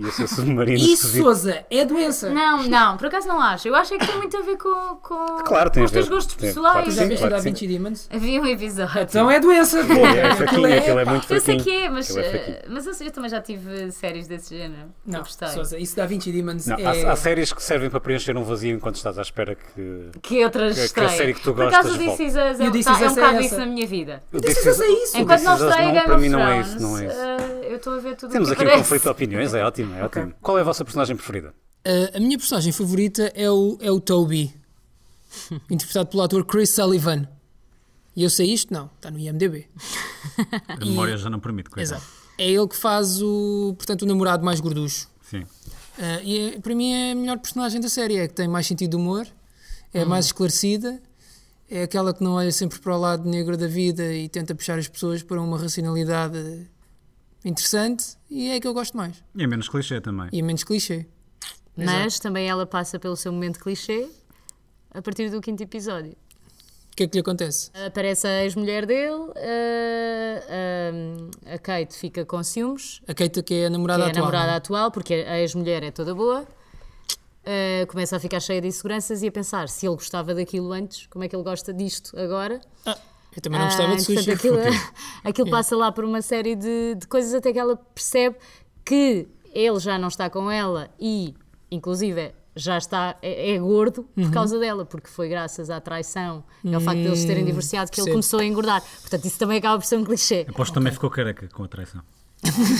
S2: E é o seu submarino
S3: Isso,
S2: esquisito.
S3: Souza, é doença.
S4: Não, não, por acaso não acho. Eu acho é que tem muito a ver com, com,
S2: Claro, tem
S4: com
S2: a
S4: os teus
S2: ver.
S4: gostos
S2: Tem,
S4: pessoais.
S2: claro
S3: Já
S2: Sim,
S3: viste o
S2: claro
S3: Da
S2: que sim.
S3: Vinci Demons?
S4: Havia um episódio.
S3: Então é doença. pô.
S2: É
S3: Aquilo
S2: fraquinho, aquilo é
S3: pá.
S2: muito
S4: eu sei
S2: fraquinho.
S4: que é, mas,
S2: Aquilo é
S4: eh,
S2: fraquinho.
S4: mas eu, eu também já tive séries desse género.
S3: Não,
S4: eu gostei.
S3: Sousa, isso da Vinci Demons
S2: Não,
S3: é...
S2: há, há séries que servem para preencher um vazio enquanto estás à espera que.
S4: Que outras
S2: Que- que
S4: estreia?
S2: série que tu
S4: Por
S2: gostas,
S4: acaso o This
S2: Bob?
S4: Is Us é,
S3: E o
S4: um-
S3: This
S4: tá-
S3: Is
S4: é um
S3: Us é
S4: bocado
S3: essa.
S4: isso na minha vida.
S2: O
S3: This
S2: This
S3: Is
S2: Is
S3: Us é
S2: Us-
S3: isso.
S2: o
S4: Enquanto
S2: This
S4: não
S2: Is Us
S4: estreia Game
S2: para
S4: of
S2: mim não é
S4: Thrones,
S2: isso, não é isso.
S4: eh, eu estou a ver tudo o
S2: Temos
S4: que
S2: aqui um
S4: aparece.
S2: conflito de opiniões, é ótimo, é ótimo. Qual é a vossa personagem preferida?
S3: Uh, a minha personagem favorita é o, é o Toby, interpretado pelo ator Chris Sullivan. E eu sei isto? Não, está no IMDB.
S2: A memória já não permite,
S3: Exato. É ele que faz o, portanto, o namorado mais gorducho.
S2: Sim.
S3: Uh, e é- para mim é a melhor personagem da série, é que tem mais sentido de humor, é
S4: Uhum.
S3: mais esclarecida, é aquela que não olha sempre para o lado negro da vida e tenta puxar as pessoas para uma racionalidade interessante e é a que eu gosto mais.
S2: E é menos clichê também.
S3: E é menos clichê.
S4: Mas também ela passa pelo seu momento clichê a partir do quinto episódio.
S3: O que é que lhe acontece?
S4: Aparece a ex-mulher dele, eh, a- a Kate fica com ciúmes,
S3: A Keita que é a
S4: que
S3: namorada
S4: é a
S3: atual.
S4: namorada
S3: não é?
S4: atual, porque a ex-mulher é toda boa, eh, começa a ficar cheia de inseguranças e a pensar se ele gostava daquilo antes, como é que ele gosta disto agora.
S3: Ah, eu também não gostava
S4: Ah,
S3: de
S4: entretanto,
S3: sushi.
S4: Aquilo,
S3: É.
S4: aquilo passa lá por uma série de, de coisas até que ela percebe que ele já não está com ela e, inclusive, já está, é, é gordo por
S3: Uhum.
S4: causa dela, porque foi graças à traição e ao facto de eles se
S3: Hum,
S4: terem divorciado que ele
S3: percebo.
S4: começou a engordar. Portanto, isso também acaba por ser um clichê.
S2: Aposto que também ficou careca com a traição.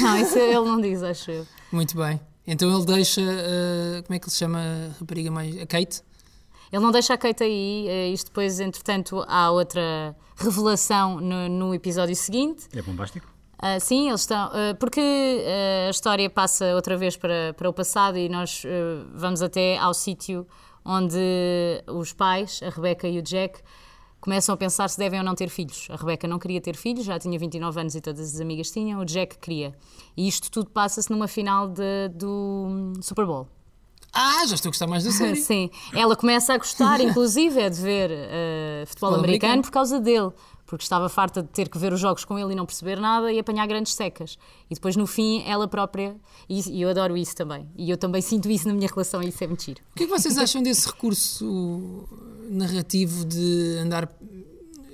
S4: Não, isso ele não diz, acho eu.
S3: Muito bem. Então ele deixa. ah, como é que ele se chama a rapariga mais. A Kate?
S4: Ele não deixa a Kate aí, eh, isto depois, entretanto, há outra revelação no, no episódio seguinte.
S2: É bombástico?
S4: Ah, sim, eles estão. ah, porque ah, a história passa outra vez para, para o passado e nós ah, vamos até ao sítio onde os pais, a Rebeca e o Jack, começam a pensar se devem ou não ter filhos. A Rebeca não queria ter filhos, já tinha 29 anos e todas as amigas tinham, o Jack queria. E isto tudo passa-se numa final de- do hum, Super Bowl.
S3: Ah, já estou a gostar mais da série.
S4: Sim, ela começa a gostar, inclusive, é de ver eh, futebol americano,
S3: americano.
S4: por causa dele, porque estava farta de ter que ver os jogos com ele e não perceber nada e apanhar grandes secas. E depois, no fim, ela própria, e, isso- e eu adoro isso também, e eu também sinto isso na minha relação, e isso é muito giro.
S3: O que é que vocês acham desse recurso narrativo de andar.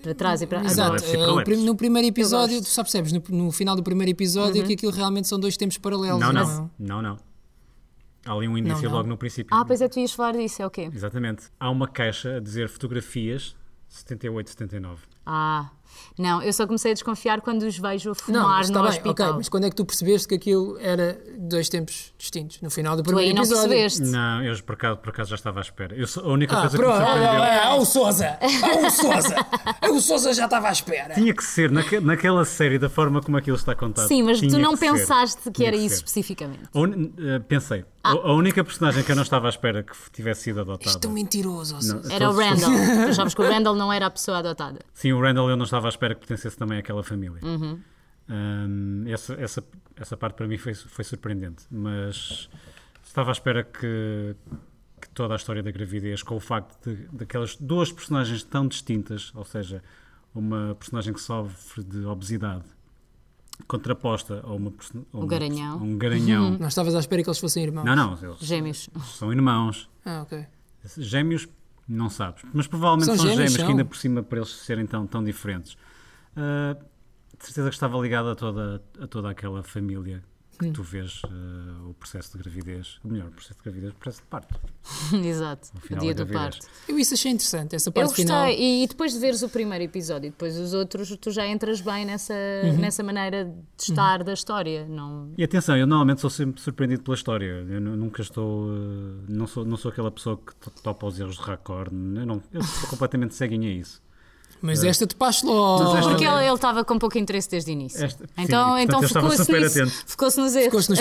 S4: Para trás e para
S3: Exato.
S4: Agora,
S2: Paralelepse e
S3: ah, o prim-
S2: prolepse.
S3: no primeiro episódio, tu só percebes, no, no final do primeiro episódio,
S4: Uhum.
S3: que aquilo realmente são dois tempos paralelos. é?
S7: Não, não. Não, não. Há ali um indício
S3: Não, não.
S7: logo no princípio.
S4: Ah, pois é, tu ias falar disso, é o quê?
S7: Exatamente. Há uma caixa a dizer fotografias 78, 79.
S4: Ah, não, eu só comecei a desconfiar quando os vejo a
S3: Não,
S4: fumar
S3: mas
S4: no
S3: está bem, ok.
S4: hospital.
S3: Mas quando é que tu percebeste que aquilo era dois tempos distintos? No final do
S4: Tu
S3: primeiro
S4: aí não
S3: episódio.
S4: percebeste.
S7: Não, eu por acaso, por acaso já estava à espera. Eu só- a única
S3: Ah,
S7: coisa
S3: pronto,
S7: que me
S3: olha,
S7: surpreendeu.
S4: é,
S3: olha, olha o Souza! Olha o Souza! O Souza já estava à espera!
S7: Tinha que ser naque- naquela série, da forma como aquilo está contado.
S4: Sim, mas tu
S7: Tinha
S4: não
S7: que ser.
S4: pensaste que
S7: Tinha
S4: era
S7: que
S4: isso Ah.
S7: ser.
S4: especificamente.
S7: A un- eh, Pensei. A- A única personagem que eu não estava à espera que f- tivesse sido
S2: Tá
S3: És
S7: adotada.
S3: tão é mentiroso, ó Sousa.
S4: Era o
S7: Todos-
S4: Randall. Tu achavas que o Randall não era a pessoa adotada.
S7: Sim, o Randall eu não estava à espera que pertencesse também àquela família. Ahm, essa, essa, essa parte para mim foi, foi surpreendente, mas estava à espera que, que toda a história da gravidez, com o facto de, daquelas duas personagens tão distintas, ou seja, uma personagem que sofre de obesidade contraposta a uma perso- a uma perso-
S4: garanhão.
S7: a um garanhão.
S3: Não estavas à espera que eles fossem irmãos?
S7: não, não, eles
S4: Gêmeos.
S7: são irmãos,
S3: Ah, ok.
S7: Gêmeos, não sabes. Mas provavelmente
S3: São
S7: são,
S3: gêmeos,
S7: gêmeos,
S3: são.
S7: que ainda por cima, para eles serem tão, tão diferentes. Ah, de certeza que estava ligado a toda, a toda aquela família que tu vês ah, o processo de gravidez. Ou melhor, o processo de gravidez, o processo de parto.
S4: Exato. O
S7: final
S4: dia
S7: da
S4: do
S7: gravidez.
S4: parto.
S3: Eu isso achei interessante, essa
S4: Eu
S3: parte
S4: gostei.
S3: final.
S4: E, e depois de veres o primeiro episódio e depois os outros, tu já entras bem nessa,
S3: Uhum.
S4: nessa maneira de estar da história. Não...
S7: E atenção, eu normalmente sou sempre surpreendido pela história. Eu nu- nunca estou. ah, não, sou, não sou aquela pessoa que to- topa os erros de raccord. Eu, não, eu sou completamente ceguinho a isso.
S3: Mas esta tu paste logo.
S2: É. Mas esta-
S4: Porque ele ele estava com pouco interesse desde o início.
S2: Esta- sim,
S4: então
S2: portanto,
S4: então
S2: ele estava
S4: focou-se
S2: super
S4: nisso,
S2: atento.
S4: focou-se nos erros.
S3: Ficou-se nos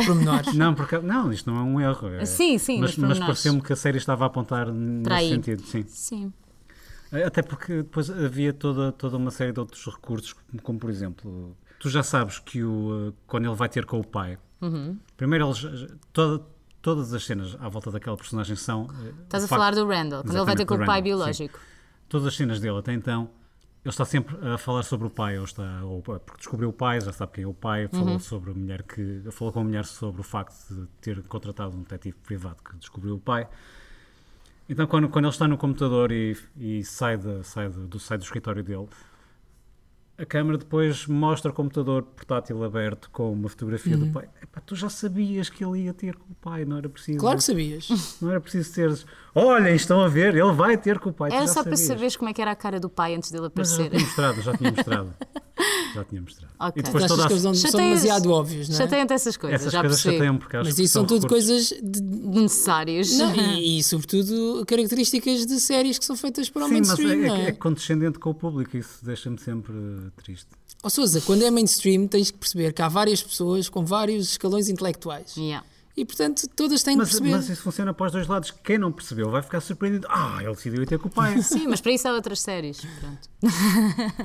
S3: pormenores.
S2: Não, porque, não, isto não é um erro. é-
S4: Sim, sim,
S2: Mas,
S4: mas
S2: mas
S4: pormenores.
S2: pareceu-me que a série estava a apontar nesse
S4: Para aí.
S2: sentido, sim.
S4: Sim.
S2: Até porque depois havia toda, toda uma série de outros recursos, como, como, por exemplo, tu já sabes que o, eh, quando ele vai ter com o pai,
S4: Uhum.
S2: primeiro eles, eh, toda- todas as cenas à volta daquela personagem são. eh,
S4: Estás
S2: de facto-
S4: a falar do Randall, quando ele vai ter
S2: Exatamente,
S4: com
S2: do
S4: o pai
S2: Randall, sim.
S4: biológico.
S2: Todas as cenas dele até então, ele está sempre a falar sobre o pai, ou está, ou, porque descobriu o pai, já sabe quem é o pai,
S4: Uhum.
S2: falou, sobre a mulher que, falou com a mulher sobre o facto de ter contratado um detetive privado que descobriu o pai. Então, quando, quando ele está no computador e, e sai, da- sai do, do- sai do escritório dele, a câmera depois mostra o computador portátil aberto com uma fotografia
S4: Uhum.
S2: do pai. Epá, tu já sabias que ele ia ter com o pai, não era preciso.
S3: Claro que sabias.
S2: Não era preciso teres. Olhem, estão a ver, ele vai ter com o pai. tu
S4: Era
S2: já
S4: só para
S2: sabias.
S4: saberes como é que era a cara do pai antes dele
S2: Mas eu já
S4: aparecer.
S2: tinha mostrado, já tinha mostrado. já tinha mostrado.
S4: Ok.
S2: E
S3: Tu
S2: depois
S3: achas
S2: toda a...
S3: que eles não são
S4: Chateias-
S3: demasiado óbvios, não é?
S4: Chateiam-te essas coisas,
S2: Essas
S4: já
S2: coisas
S4: percebi.
S2: chateiam porque acho
S3: Mas
S2: que
S3: isso são tudo
S2: recursos.
S3: coisas de-
S4: Necessárias.
S3: não, e, e, sobretudo características de séries que são feitas para o
S2: Sim, mas
S3: mainstream, não
S2: é,
S3: é?
S2: é, é condescendente com o público, isso deixa-me sempre eh, triste.
S3: Ó Sousa, quando é mainstream tens que perceber que há várias pessoas com vários escalões intelectuais.
S4: Yeah.
S3: E portanto todas têm de
S2: Mas,
S3: perceber.
S2: mas é- isso funciona para os dois lados. Quem não percebeu vai ficar surpreendido. Ah, ele decidiu ir ter com o pai.
S4: Sim, mas para isso há outras séries. Pronto.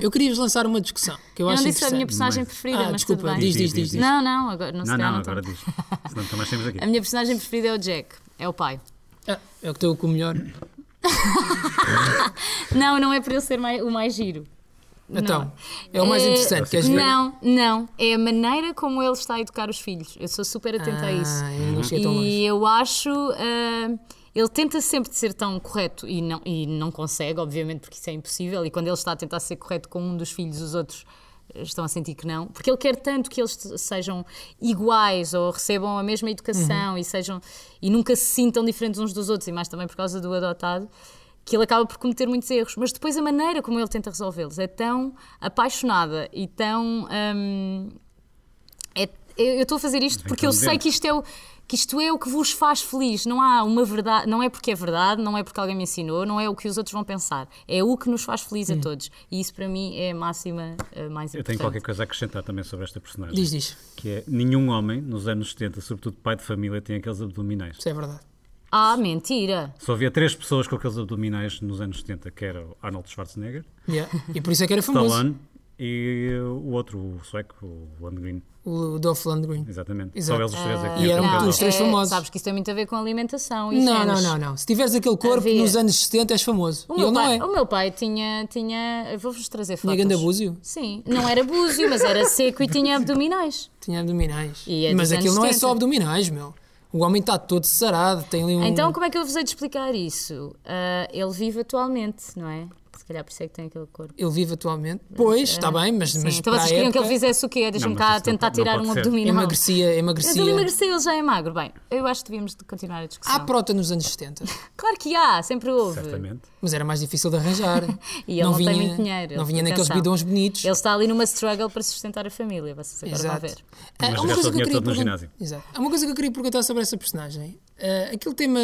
S3: Eu queria vos lançar uma discussão que eu,
S4: Eu
S3: acho
S4: não disse a minha
S3: interessante.
S4: personagem
S2: Mas-
S4: preferida,
S3: ah,
S4: mas
S3: desculpa,
S4: tudo bem.
S3: diz, diz, diz. diz.
S4: Não, não, agora não se
S2: não,
S4: calhar
S2: não,
S4: tô.
S2: agora diz. Senão também temos aqui.
S4: A minha personagem preferida é o Jack, é o pai.
S3: Ah, é o que estou com o melhor.
S4: Não, não é para ele ser mai- o mais giro.
S3: Então, é o mais
S4: É-
S3: interessante, queres ver?
S4: Não, não. É a maneira como ele está a educar os filhos. Eu sou super atenta a isso.
S3: Ah, eu não cheguei tão longe.
S4: E eu acho. ah, ele tenta sempre de ser tão correto e não, e não consegue, obviamente, porque isso é impossível. E quando ele está a tentar ser correto com um dos filhos, os outros eh, estão a sentir que não. Porque ele quer tanto que eles te- sejam iguais ou recebam a mesma educação
S3: Uhum.
S4: e sejam e nunca se sintam diferentes uns dos outros, e mais também por causa do adotado. Que ele acaba por cometer muitos erros, mas depois a maneira como ele tenta resolvê-los é tão apaixonada e tão ah, é- eu eu estou a fazer isto porque eu sei que isto, é o, que isto é o que vos faz feliz. Não há uma verdade, não é porque é verdade, não é porque alguém me ensinou, não é o que os outros vão pensar. É o que nos faz feliz a todos. E isso para mim é a máxima eh, mais importante.
S2: Hum. Eu tenho qualquer coisa a acrescentar também sobre esta personagem.
S3: Diz, diz.
S2: Que é, nenhum homem nos anos 70, sobretudo pai de família, tem aqueles abdominais.
S3: Isso é verdade.
S4: Ah, mentira!
S2: Só havia três pessoas com aqueles abdominais nos anos 70, que era o Arnold Schwarzenegger,
S3: Yeah. E por isso é que era famoso.
S2: Stallone e o outro, o sueco, o Lundgren,
S3: O Dolph Lundgren.
S2: exatamente.
S3: Exato.
S2: Só eles os três aqui.
S3: E eram
S4: Não,
S3: os um três
S4: é-
S3: famosos.
S4: Sabes que isso tem muito a ver com alimentação. E
S3: Não, não,
S4: genes.
S3: não, não. Se tiveres aquele corpo
S4: Havia.
S3: nos anos 70 és famoso.
S4: O
S3: E
S4: meu,
S3: ele não
S4: pai,
S3: é.
S4: o meu pai tinha. tinha eu Vou-vos trazer
S3: Tinha
S4: fotos.
S3: grande abúzio.
S4: Sim, não era búzio, mas era seco e tinha abdominais.
S3: Tinha abdominais.
S4: E é
S3: Mas
S4: dos
S3: aquilo
S4: anos
S3: não é
S4: 70.
S3: só abdominais, meu. O homem está todo sarado, tem ali um.
S4: Então, como é que eu vos hei de explicar isso? Ah, ele vive atualmente, não é? Se calhar por isso é que tem aquele corpo.
S3: Ele vive atualmente. Pois, está bem, mas.
S4: é. Sim,
S3: mas
S4: então
S3: para
S4: vocês
S3: a
S4: queriam que
S3: época,
S4: ele fizesse o quê? Deixa-me
S2: Não,
S4: cá
S2: mas isso não
S4: tentar
S2: pode- não
S4: tirar
S2: pode
S4: um
S2: ser.
S4: abdominal.
S3: Emagrecia,
S4: Mas ele
S3: emagrecia.
S4: emagreceu, ele já é magro. Bem, eu acho que devíamos de continuar a discussão.
S3: Há prota nos anos 70,
S4: Claro que há, sempre houve.
S2: Certamente.
S3: mas era mais difícil de arranjar.
S4: E ele não, tem muito dinheiro.
S3: Não
S4: ele-
S3: vinha naqueles
S4: atenção.
S3: bidões bonitos.
S4: Ele está ali numa struggle para sustentar a família, vocês agora
S3: Exato.
S4: vão ver.
S3: Ah,
S2: Mas
S3: há
S2: gasta o dinheiro todo no
S3: pergun-
S2: ginásio.
S3: Exato. Há uma coisa que eu queria perguntar sobre essa personagem. Ah, aquele tema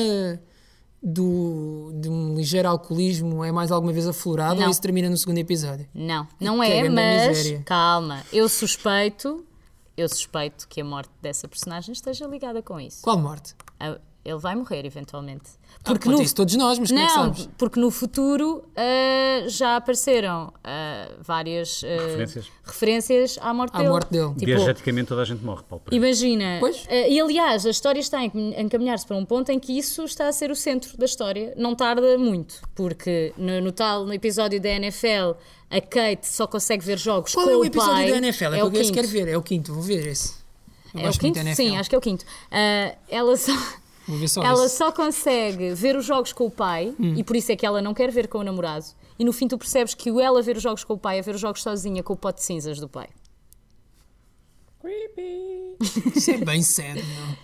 S3: do, de um ligeiro alcoolismo é mais alguma vez aflorado
S4: Não.
S3: ou isso termina no segundo episódio?
S4: Não, não
S3: Que é
S4: é,
S3: grande
S4: mas
S3: miséria.
S4: calma, eu suspeito, eu suspeito que a morte dessa personagem esteja ligada com isso.
S3: Qual morte?
S4: Ah, Ele vai morrer eventualmente.
S3: Porque isso todos nós, mas como é que
S4: Não,
S3: sabes?
S4: porque no futuro ah, já apareceram ah, várias ah,
S2: Referências.
S4: referências à morte
S3: À
S4: dele.
S3: morte dele.
S4: Tipo,
S2: Diegeticamente toda a gente morre, Paulo. Pereira.
S4: imagina.
S3: Pois.
S4: ah, e aliás, a história está a encam- a encaminhar-se para um ponto em que isso está a ser o centro da história. Não tarda muito, porque no, no tal no episódio da NFL a Kate só consegue ver jogos
S3: Qual
S4: com
S3: é o
S4: pai.
S3: episódio da NFL? É,
S4: É
S3: que
S4: o
S3: eu esse
S4: quinto.
S3: quero ver. É o quinto, vou ver esse. Eu
S4: É o
S3: gosto muito
S4: quinto?
S3: da NFL.
S4: Sim, acho que é o quinto. Ah, ela só.
S3: Vou ver só
S4: Ela
S3: esse.
S4: só consegue ver os jogos com o pai e por isso é que ela não quer ver com o namorado. E no fim tu percebes que o ela ver os jogos com o pai é ver os jogos sozinha com o pote de cinzas do pai.
S3: Isso é bem sério, não?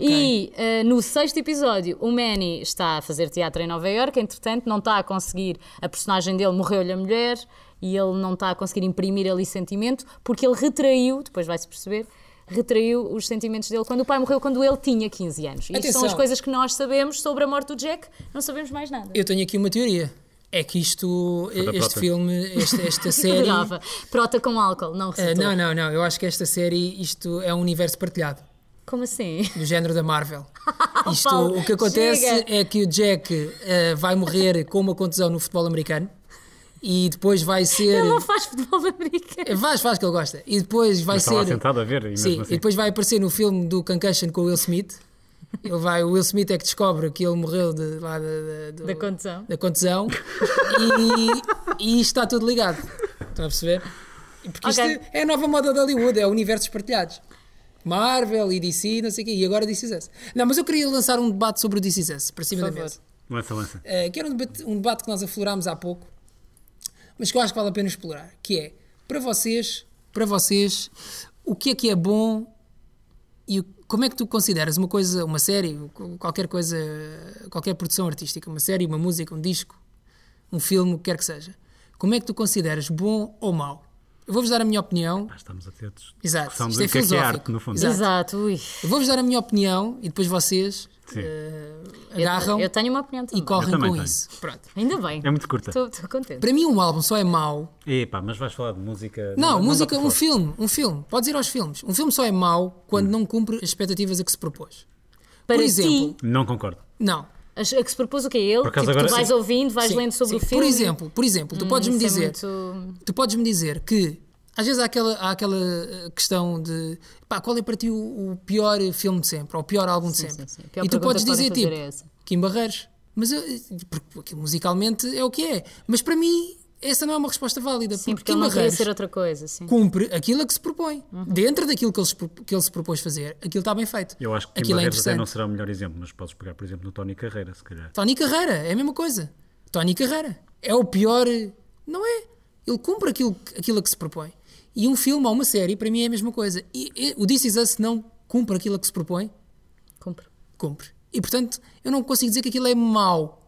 S3: Ok.
S4: E eh, no sexto episódio, o Manny está a fazer teatro em Nova Iorque, entretanto, não está a conseguir. A personagem dele morreu-lhe a mulher e ele não está a conseguir imprimir ali sentimento porque ele retraiu, depois vai-se perceber. Retraiu os sentimentos dele quando o pai morreu, quando ele tinha 15 anos. Isto são
S3: Atenção.
S4: as coisas que nós sabemos sobre a morte do Jack, não sabemos mais nada.
S3: Eu tenho aqui uma teoria. É que isto,
S2: da
S3: este
S2: própria.
S3: filme, esta, esta série.
S4: Adorava. Prota com álcool, não
S3: Eh,
S4: recetou.
S3: não, não, não. Eu acho que esta série, isto é um universo partilhado,
S4: Como assim?
S3: do género da Marvel. Isto,
S4: Paulo,
S3: o que acontece
S4: chega.
S3: é que o Jack eh, vai morrer com uma contusão no futebol americano e depois vai ser.
S4: Ele não faz futebol americano.
S3: Faz, faz que ele gosta. E depois vai
S2: Mas
S3: ser.
S2: está lá sentado a ver, e
S3: Sim,
S2: mesmo
S3: e
S2: assim.
S3: depois vai aparecer no filme do Concussion com o Will Smith. Ele vai, o Will Smith é que descobre que ele morreu de, lá da- da- do-
S4: Da condição.
S3: da contusão e, e isto está tudo ligado. Estão a perceber? Porque isto
S4: Ok.
S3: é a nova moda de Hollywood, é universos partilhados. Marvel e DC, não sei o quê, e agora DC Us. Não, mas eu queria lançar um debate sobre o DC Us, para cima
S4: Por
S3: da
S4: favor.
S3: mesa.
S2: Lança, lança.
S3: Eh, que era um debate, um debate que nós aflorámos há pouco, mas que eu acho que vale a pena explorar, que é, para vocês, para vocês, o que é que é bom e o- como é que tu consideras uma coisa, uma série, co- qualquer coisa, qualquer produção artística, uma série, uma música, um disco, um filme, o que quer que seja, como é que tu consideras bom ou mau? Eu vou-vos dar a minha opinião.
S2: Pá, Ah, estamos a ter dis-
S3: Exato,
S2: discussão
S3: isto
S2: de
S3: é
S2: o que é que é
S3: filosófico.
S2: arte, no fundo.
S3: Exato.
S4: Exato, ui.
S3: Eu vou-vos dar a minha opinião e depois vocês
S2: Sim.
S3: Eh, agarram
S4: Eu tenho uma opinião
S3: e
S4: também.
S3: correm
S2: também
S3: com
S2: tenho.
S3: isso. Pronto.
S4: Ainda bem.
S2: É muito curta.
S4: Estou estou contente.
S3: Para mim um álbum só é mau
S2: Epá, mas vais falar de música.
S3: Não,
S2: dá
S3: música,
S2: para
S3: um
S2: falar.
S3: filme, um filme. Podes ir aos filmes. Um filme só é mau quando não cumpre as expectativas a que se propôs.
S4: Para
S3: Por
S4: ti,
S3: exemplo,
S2: Não concordo.
S3: não.
S4: As- A que se propôs o que é ele?
S2: Por acaso
S4: tipo,
S2: agora-
S4: tu vais
S2: Sim.
S4: ouvindo, vais
S3: Sim,
S4: lendo sobre
S3: sim.
S4: o filme.
S3: Por exemplo, por exemplo, tu podes me
S4: Isso é
S3: dizer,
S4: muito-
S3: tu podes me dizer que às vezes há aquela, há aquela eh, questão de pá, qual é para ti o, o pior filme de sempre, ou o pior álbum de
S4: Sim,
S3: sempre.
S4: sim, sim. A pior
S3: E tu
S4: pergunta
S3: podes
S4: que podem
S3: dizer
S4: fazer
S3: tipo
S4: é essa.
S3: Kim Barreiros. Mas eu, porque aquilo musicalmente é o que é. Mas para mim essa não é uma resposta válida.
S4: Sim, porque
S3: Kim
S4: ele não queria
S3: Barreiros
S4: ser outra coisa. Sim.
S3: cumpre aquilo a que se propõe. Dentro daquilo que ele, se, pro- que ele se propôs fazer, aquilo está bem feito.
S2: Eu acho que Kim
S3: aquilo é
S2: Barreiros até
S3: interessante.
S2: não será o melhor exemplo, mas podes pegar, por exemplo, no Tony Carreira, se calhar.
S3: Tony Carreira, é a mesma coisa. Tony Carreira. É o pior. Não é? Ele cumpre aquilo, que- aquilo a que se propõe. E um filme ou uma série, para mim, é a mesma coisa. E, e o This Is Us não cumpre aquilo a que se propõe,
S4: Cumpre.
S3: cumpre. E portanto, eu não consigo dizer que aquilo é mau.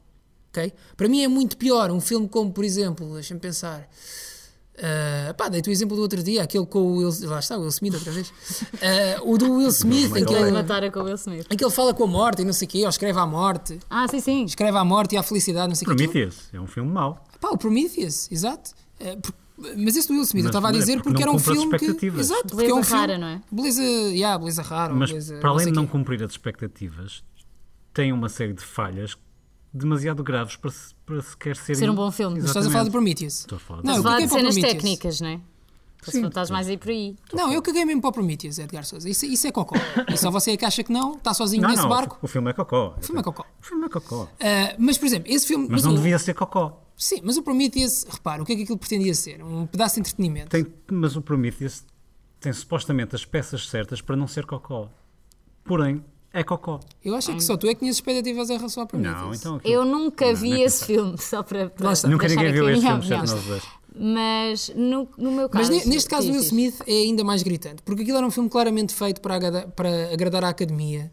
S3: ok? Para mim é muito pior um filme como, por exemplo, deixa-me pensar. ah, pá, dei-te o exemplo do outro dia, aquele com o Will, lá está, o Will Smith outra vez. Ah, o do Will Smith, em que
S2: é.
S4: Ele
S3: ele,
S4: matara com o Will Smith.
S3: em que ele fala com a morte e não sei o quê, ou escreve à morte,
S4: Ah, sim, sim.
S3: escreve à morte e à felicidade, não sei o quê.
S2: Prometheus é um filme mau.
S3: Pá, o Prometheus, exato. É, por- mas esse do Will Smith eu
S2: Mas
S3: estava a
S2: não é,
S3: dizer
S2: porque
S3: porque,
S2: não
S3: era um
S2: cumpre as
S3: filme que.
S2: expectativas.
S3: Exato, porque
S4: Beleza
S3: é um filme.
S4: rara, não é?
S3: Beleza, yeah, beleza rara. ou
S2: Mas
S3: beleza,
S2: para além
S3: eh, sei
S2: de não
S3: quê.
S2: cumprir as expectativas, tem uma série de falhas demasiado graves para, se- para sequer ser,
S4: Ser um bom filme.
S3: Mas estás a falar do Prometheus.
S2: Estou a falar do
S3: Não, eu
S4: Falar
S3: caguei
S4: de
S3: para é o
S4: cenas
S3: Prometheus.
S4: técnicas, não é? Se estás mais aí por aí.
S3: Não, eu caguei mesmo para o Prometheus, Edgar Souza. Isso, isso é cocó. E só você é que acha que não, está sozinho
S2: Não,
S3: nesse
S2: não,
S3: barco.
S2: O filme é cocó. O
S3: filme é cocó.
S2: O filme é cocó.
S3: Ah, mas, por exemplo, esse filme.
S2: Mas não
S3: o-
S2: devia ser cocó.
S3: Sim, mas o Prometheus, repara, o que é que aquilo pretendia ser? Um pedaço de entretenimento.
S2: Tem, mas o Prometheus tem supostamente as peças certas para não ser cocó. Porém, é cocó.
S3: Eu acho é que só tu é que tinhas expectativas em relação ao Prometheus.
S2: Não, então. aquilo-
S4: Eu nunca vi
S2: não é
S4: esse filme, só para. para
S3: Lá está.
S2: Nunca
S4: deixar
S2: ninguém
S4: aqui
S2: viu
S4: a
S2: este
S4: minha
S2: filme, certo?
S4: opinião.
S2: Nós dois.
S4: Mas no, no meu caso.
S3: Mas ne- neste caso, o
S4: Sim,
S3: Will
S4: sim.
S3: Smith é ainda mais gritante, porque aquilo era um filme claramente feito para agradar, para agradar à academia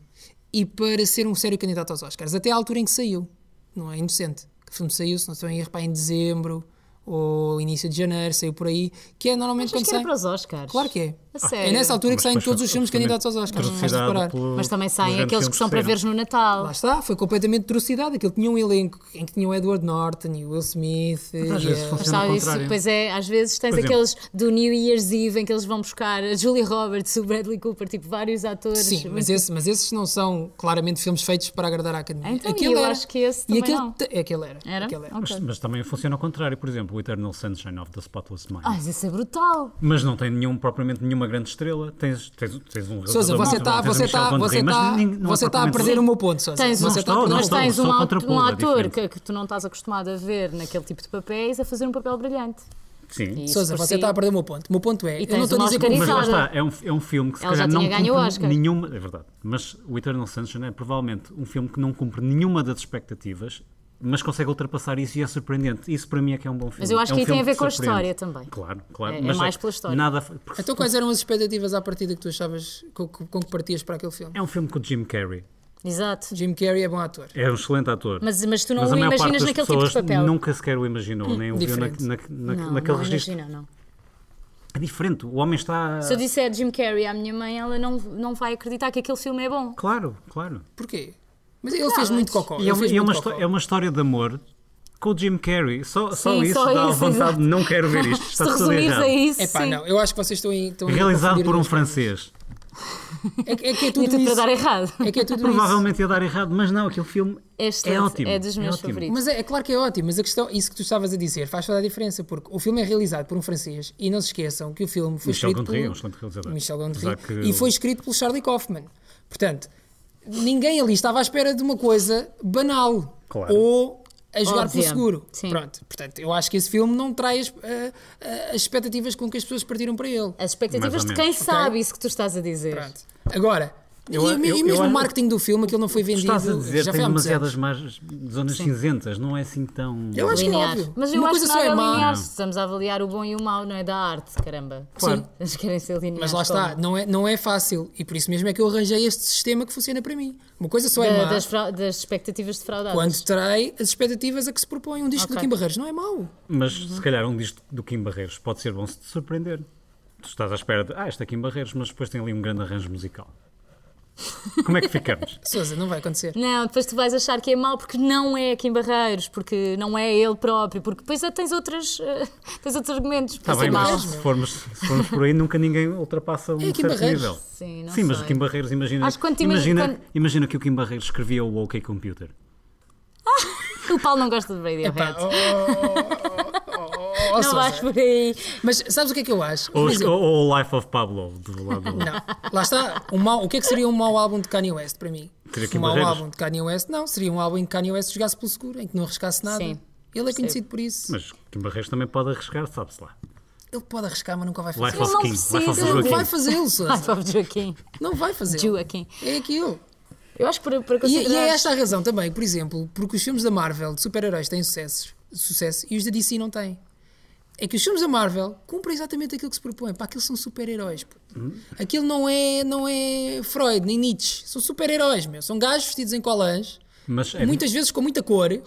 S3: e para ser um sério candidato aos Oscars, até à altura em que saiu. Não é inocente. O filme saiu, se não estou em erro, pá, em dezembro ou início de janeiro, saiu por aí, que é normalmente
S4: Achas
S3: quando
S4: que era
S3: sai.
S4: para os Oscars?
S3: Claro que é.
S4: A sério.
S3: É nessa altura
S2: Mas
S3: que saem
S2: depois
S3: todos
S2: foi
S3: os filmes
S2: absolutamente
S3: candidados aos Oscars. Hum. Vais
S2: trucidado
S3: reparar.
S2: pelo-
S4: Mas também
S2: pelos
S4: saem
S2: grandes
S4: aqueles
S2: filmes
S4: que são para
S2: saíram.
S4: veres no
S3: Lá
S4: Natal.
S3: está, foi completamente trucidado. Aquilo tinha um elenco em que tinha o Edward Norton e o Will Smith. e eh,
S2: às vezes
S3: a-
S2: funciona.
S4: Mas sabe,
S2: ao
S4: isso,
S2: contrário.
S4: pois é, às vezes tens
S2: Por exemplo.
S4: aqueles do New Year's Eve em que eles vão buscar a Julia Roberts, o Bradley Cooper, tipo vários atores.
S3: Sim, mas,
S4: muito-
S3: esse- mas esses não são claramente filmes feitos para agradar à academia.
S4: Então, e eu acho que esse
S3: e
S4: também
S3: aquele,
S4: não.
S3: te- é aquele era.
S4: Era?
S3: Aquele era.
S4: Ok.
S2: Ah, Mas, mas também funciona ao contrário, por exemplo, o Eternal Sunshine of the Spotless Mind.
S4: Ah, mas isso é brutal.
S2: Mas não tem nenhum, propriamente nenhuma grande estrela. Tens, tens, tens um
S3: Sousa,
S2: realizador
S3: você
S2: muito
S3: está
S2: bom, tens
S3: você
S2: o Michel
S3: tá,
S2: Gondry,
S3: você
S2: mas
S3: tá,
S2: nem- não é
S3: você tá a
S2: propriamente-
S3: perder o meu ponto, Sousa.
S4: Tens um-
S3: você tá a
S2: Não
S3: perder o
S4: mas
S3: meu
S2: estou,
S4: tens
S2: estou
S4: um,
S2: a
S4: ato-
S2: contrapor,
S4: um
S2: é
S4: ator que,
S2: diferente.
S4: que tu não estás acostumado a ver naquele tipo de papéis a fazer um papel brilhante.
S2: Sim.
S4: Isso
S3: Sousa, você
S4: por
S3: tá
S4: si-
S3: está a perder o meu ponto. O meu ponto é, eu
S4: um E
S3: não
S4: tens
S3: estou a
S4: um
S3: dizer que
S4: Oscar
S3: o
S2: Mas lá
S4: Sabe?
S2: está, é um, é um filme que se
S4: Ela já
S2: calhar não
S4: tinha ganho o
S2: cumpre
S4: Oscar.
S2: nenhuma. É verdade. Mas o Eternal Sunshine é provavelmente um filme que não cumpre nenhuma das expectativas, mas consegue ultrapassar isso e é surpreendente. Isso para mim é que é um bom filme.
S4: Mas eu acho
S2: É um
S4: que aí tem
S2: filme
S4: a ver com a
S2: surpreende.
S4: história também.
S2: Claro, claro.
S4: É- é
S2: mas
S4: mais
S2: que
S4: pela história.
S2: Nada, porque
S3: Então quais eram as expectativas à partida que tu achavas, com, com- com que partias para aquele filme?
S2: É um filme com o Jim Carrey.
S4: Exato.
S3: Jim Carrey é bom ator.
S2: É um excelente ator.
S4: Mas, mas tu não
S2: Mas a
S4: o
S2: maior parte
S4: imaginas
S2: das
S4: naquele tipo de
S2: pessoas
S4: papel. Hum.
S2: Nunca sequer o imaginou, nem o viu na,
S3: diferente.
S2: na, na,
S4: não,
S2: naquele
S4: não
S2: registro.
S4: imagina, não.
S2: É diferente. O homem está.
S4: Se eu disser Jim Carrey à minha mãe, ela não, não vai acreditar que aquele filme é bom.
S2: Claro, claro.
S3: Porquê? Mas ele fez muito
S2: E
S3: cocó.
S2: é
S3: ele
S2: uma,
S3: fez
S2: e é
S3: muito
S2: uma
S3: cocó.
S2: histó- é uma história de amor com o Jim Carrey. Só, só
S4: Sim,
S2: isso
S4: só
S2: dá
S4: isso,
S2: vontade
S4: exato.
S2: de não quero ver isto.
S4: Se
S2: Está tudo
S4: resumires
S2: errado.
S4: a isso,
S3: Epá,
S4: sim.
S3: não, eu acho que vocês estão, em- estão a
S2: Realizado
S3: confundir
S2: por um
S3: duas coisas.
S2: francês.
S3: É, que- é que é
S4: Ia
S3: tudo
S4: tudo
S3: isso.
S4: a dar errado.
S3: É que é tudo isso.
S2: Provavelmente ia dar errado, mas não, aquele filme
S4: É
S2: é
S4: excelente,
S2: ótimo.
S4: é dos meus
S2: ótimo.
S4: favoritos.
S3: Mas é, é claro que é ótimo, mas a questão, isso que tu estavas a dizer, faz toda a diferença, porque o filme é realizado por um francês e não se esqueçam que o filme foi
S2: Michel
S3: escrito
S2: Gondry é um
S3: por
S2: excelente realizador.
S3: Michel Gondry
S2: Apesar que
S3: e
S2: o-
S3: foi escrito pelo Charlie Kaufman. Portanto, ninguém ali estava à espera de uma coisa banal
S2: Claro.
S3: ou a jogar pelo
S4: Óbvia.
S3: seguro.
S4: Sim.
S3: Pronto, portanto, eu acho que esse filme não traz eh, eh, as expectativas com que as pessoas partiram para ele.
S4: As
S2: Mais
S4: expectativas
S2: ou
S4: de
S2: menos.
S4: quem sabe isso que tu estás a dizer.
S3: Pronto. Agora,
S2: Eu-
S3: e,
S2: eu-
S3: me- e
S2: eu
S3: mesmo o
S2: acho-
S3: marketing do filme, aquilo não foi
S2: Tu
S3: vendido.
S2: Estás a dizer
S3: já
S2: que
S3: foi
S2: tem
S3: há muitos anos.
S2: demasiadas mais zonas cinzentas, não é assim tão.
S3: Eu acho que é
S4: Linear.
S3: óbvio.
S4: Mas eu
S3: Uma
S4: acho
S3: coisa
S4: que
S3: só
S4: nada
S3: é
S4: é
S3: má.
S4: linear. Estamos a avaliar o bom e o mau, não é da arte, caramba.
S3: Claro. Sim.
S4: Eles querem ser lineares.
S3: Mas lá está,
S4: como-
S3: não é, não é fácil. E por isso mesmo é que eu arranjei este sistema que funciona para mim. Uma coisa só é
S4: Da-
S3: má
S4: das, frau- das expectativas de fraude.
S3: quando trai as expectativas a que se propõe um disco
S4: Ok.
S3: do Kim Barreiros. Não é mau.
S2: Mas
S4: Uhum.
S2: se calhar um disco do Kim Barreiros pode ser bom se te surpreender. Tu estás à espera de, ah, este é Kim Barreiros, mas depois tem ali um grande arranjo musical. Como é que ficamos?
S3: Sousa, não vai acontecer.
S4: Não, depois tu vais achar que é mau porque não é aqui em Barreiros, porque não é ele próprio, porque depois é- tens, outras, eh, tens outros argumentos
S2: Está
S4: para
S2: Tá bem,
S4: ser mau.
S2: mas se formos, se formos por aí, nunca ninguém ultrapassa um
S3: É Kim
S2: certo
S3: Barreiros.
S2: nível.
S4: Sim, não
S2: Sim, mas
S4: sei.
S2: o Kim Barreiros, imagina,
S4: Acho que quando te imag-
S2: imagina,
S4: quando-
S2: imagina que o Kim Barreiros escrevia o OK Computer.
S4: O Paulo não gosta de
S3: Pá,
S4: Radiohead.
S3: oh, oh, oh, oh,
S4: não
S3: Sousa.
S4: vais por aí.
S3: Mas sabes o que é que eu acho?
S2: Ou,
S3: Por exemplo,
S2: ou o Life of Pablo, do lado do...
S3: Não, lá está. Um mau, o que é que seria um mau álbum de Kanye West para mim?
S2: Teria que ir
S3: um mau
S2: barreiras.
S3: álbum de Kanye West? Não, seria um álbum em que Kanye West jogasse pelo seguro, em que não arriscasse nada.
S4: Sim,
S3: Ele é conhecido por isso.
S2: Mas Kim Barreiros também pode arriscar, sabe-se lá.
S3: Ele pode arriscar, mas nunca vai fazer.
S2: Life
S4: Ele
S2: of
S4: não
S2: King, Life of
S4: precisa.
S3: Ele não vai
S2: Joaquim.
S3: fazê-lo, Sousa.
S4: Ai, pobre Joaquim.
S3: Não vai fazê-lo.
S4: Joaquim.
S3: É aquilo.
S4: Eu acho que para, para
S3: E, e
S4: considerar.
S3: é esta a razão também, por exemplo, porque os filmes da Marvel de super-heróis têm sucesso, sucesso e os da DC não têm. É que os filmes da Marvel cumprem exatamente aquilo que se propõe. Pá, aquilo são super-heróis. puto.
S2: Hum?
S3: Aquilo não é, não é Freud nem Nietzsche. São super-heróis, meu. São gajos vestidos em colãs,
S2: Mas é,
S3: muitas vezes com muita cor e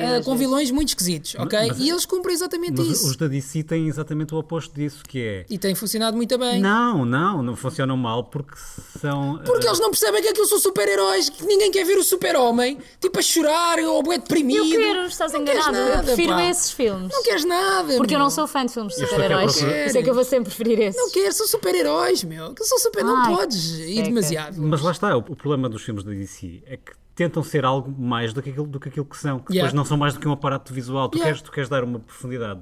S3: ah, com vilões muito esquisitos, ok? E eles cumprem exatamente
S2: mas
S3: isso.
S2: os da DC têm exatamente o oposto disso, que é...
S3: E tem funcionado muito bem.
S2: Não, não, não funcionam mal porque são...
S3: Porque
S2: eh,
S3: eles não percebem que aquilo são super-heróis, que ninguém quer ver o super-homem, tipo a chorar ou bué deprimido.
S4: Eu quero, estás
S3: Não queres
S4: enganado. Eu
S3: nada,
S4: prefiro
S3: pá.
S4: esses filmes.
S3: Não queres nada.
S4: Porque eu
S3: meu.
S4: não sou fã de filmes de
S2: estou aqui à
S4: super-heróis. Por
S2: procura-
S4: isso é que eu vou sempre preferir esses. Ah,
S3: Não queres, são super-heróis, meu. Que são super. não
S4: Ai,
S3: podes ir
S4: seca.
S3: demasiado.
S2: Mas lá está, o, o problema dos filmes da DC é que tentam ser algo mais do que aquilo, do que, aquilo que são, que depois
S3: Yeah.
S2: não são mais do que um aparato visual. Tu,
S3: Yeah.
S2: queres, tu queres dar uma profundidade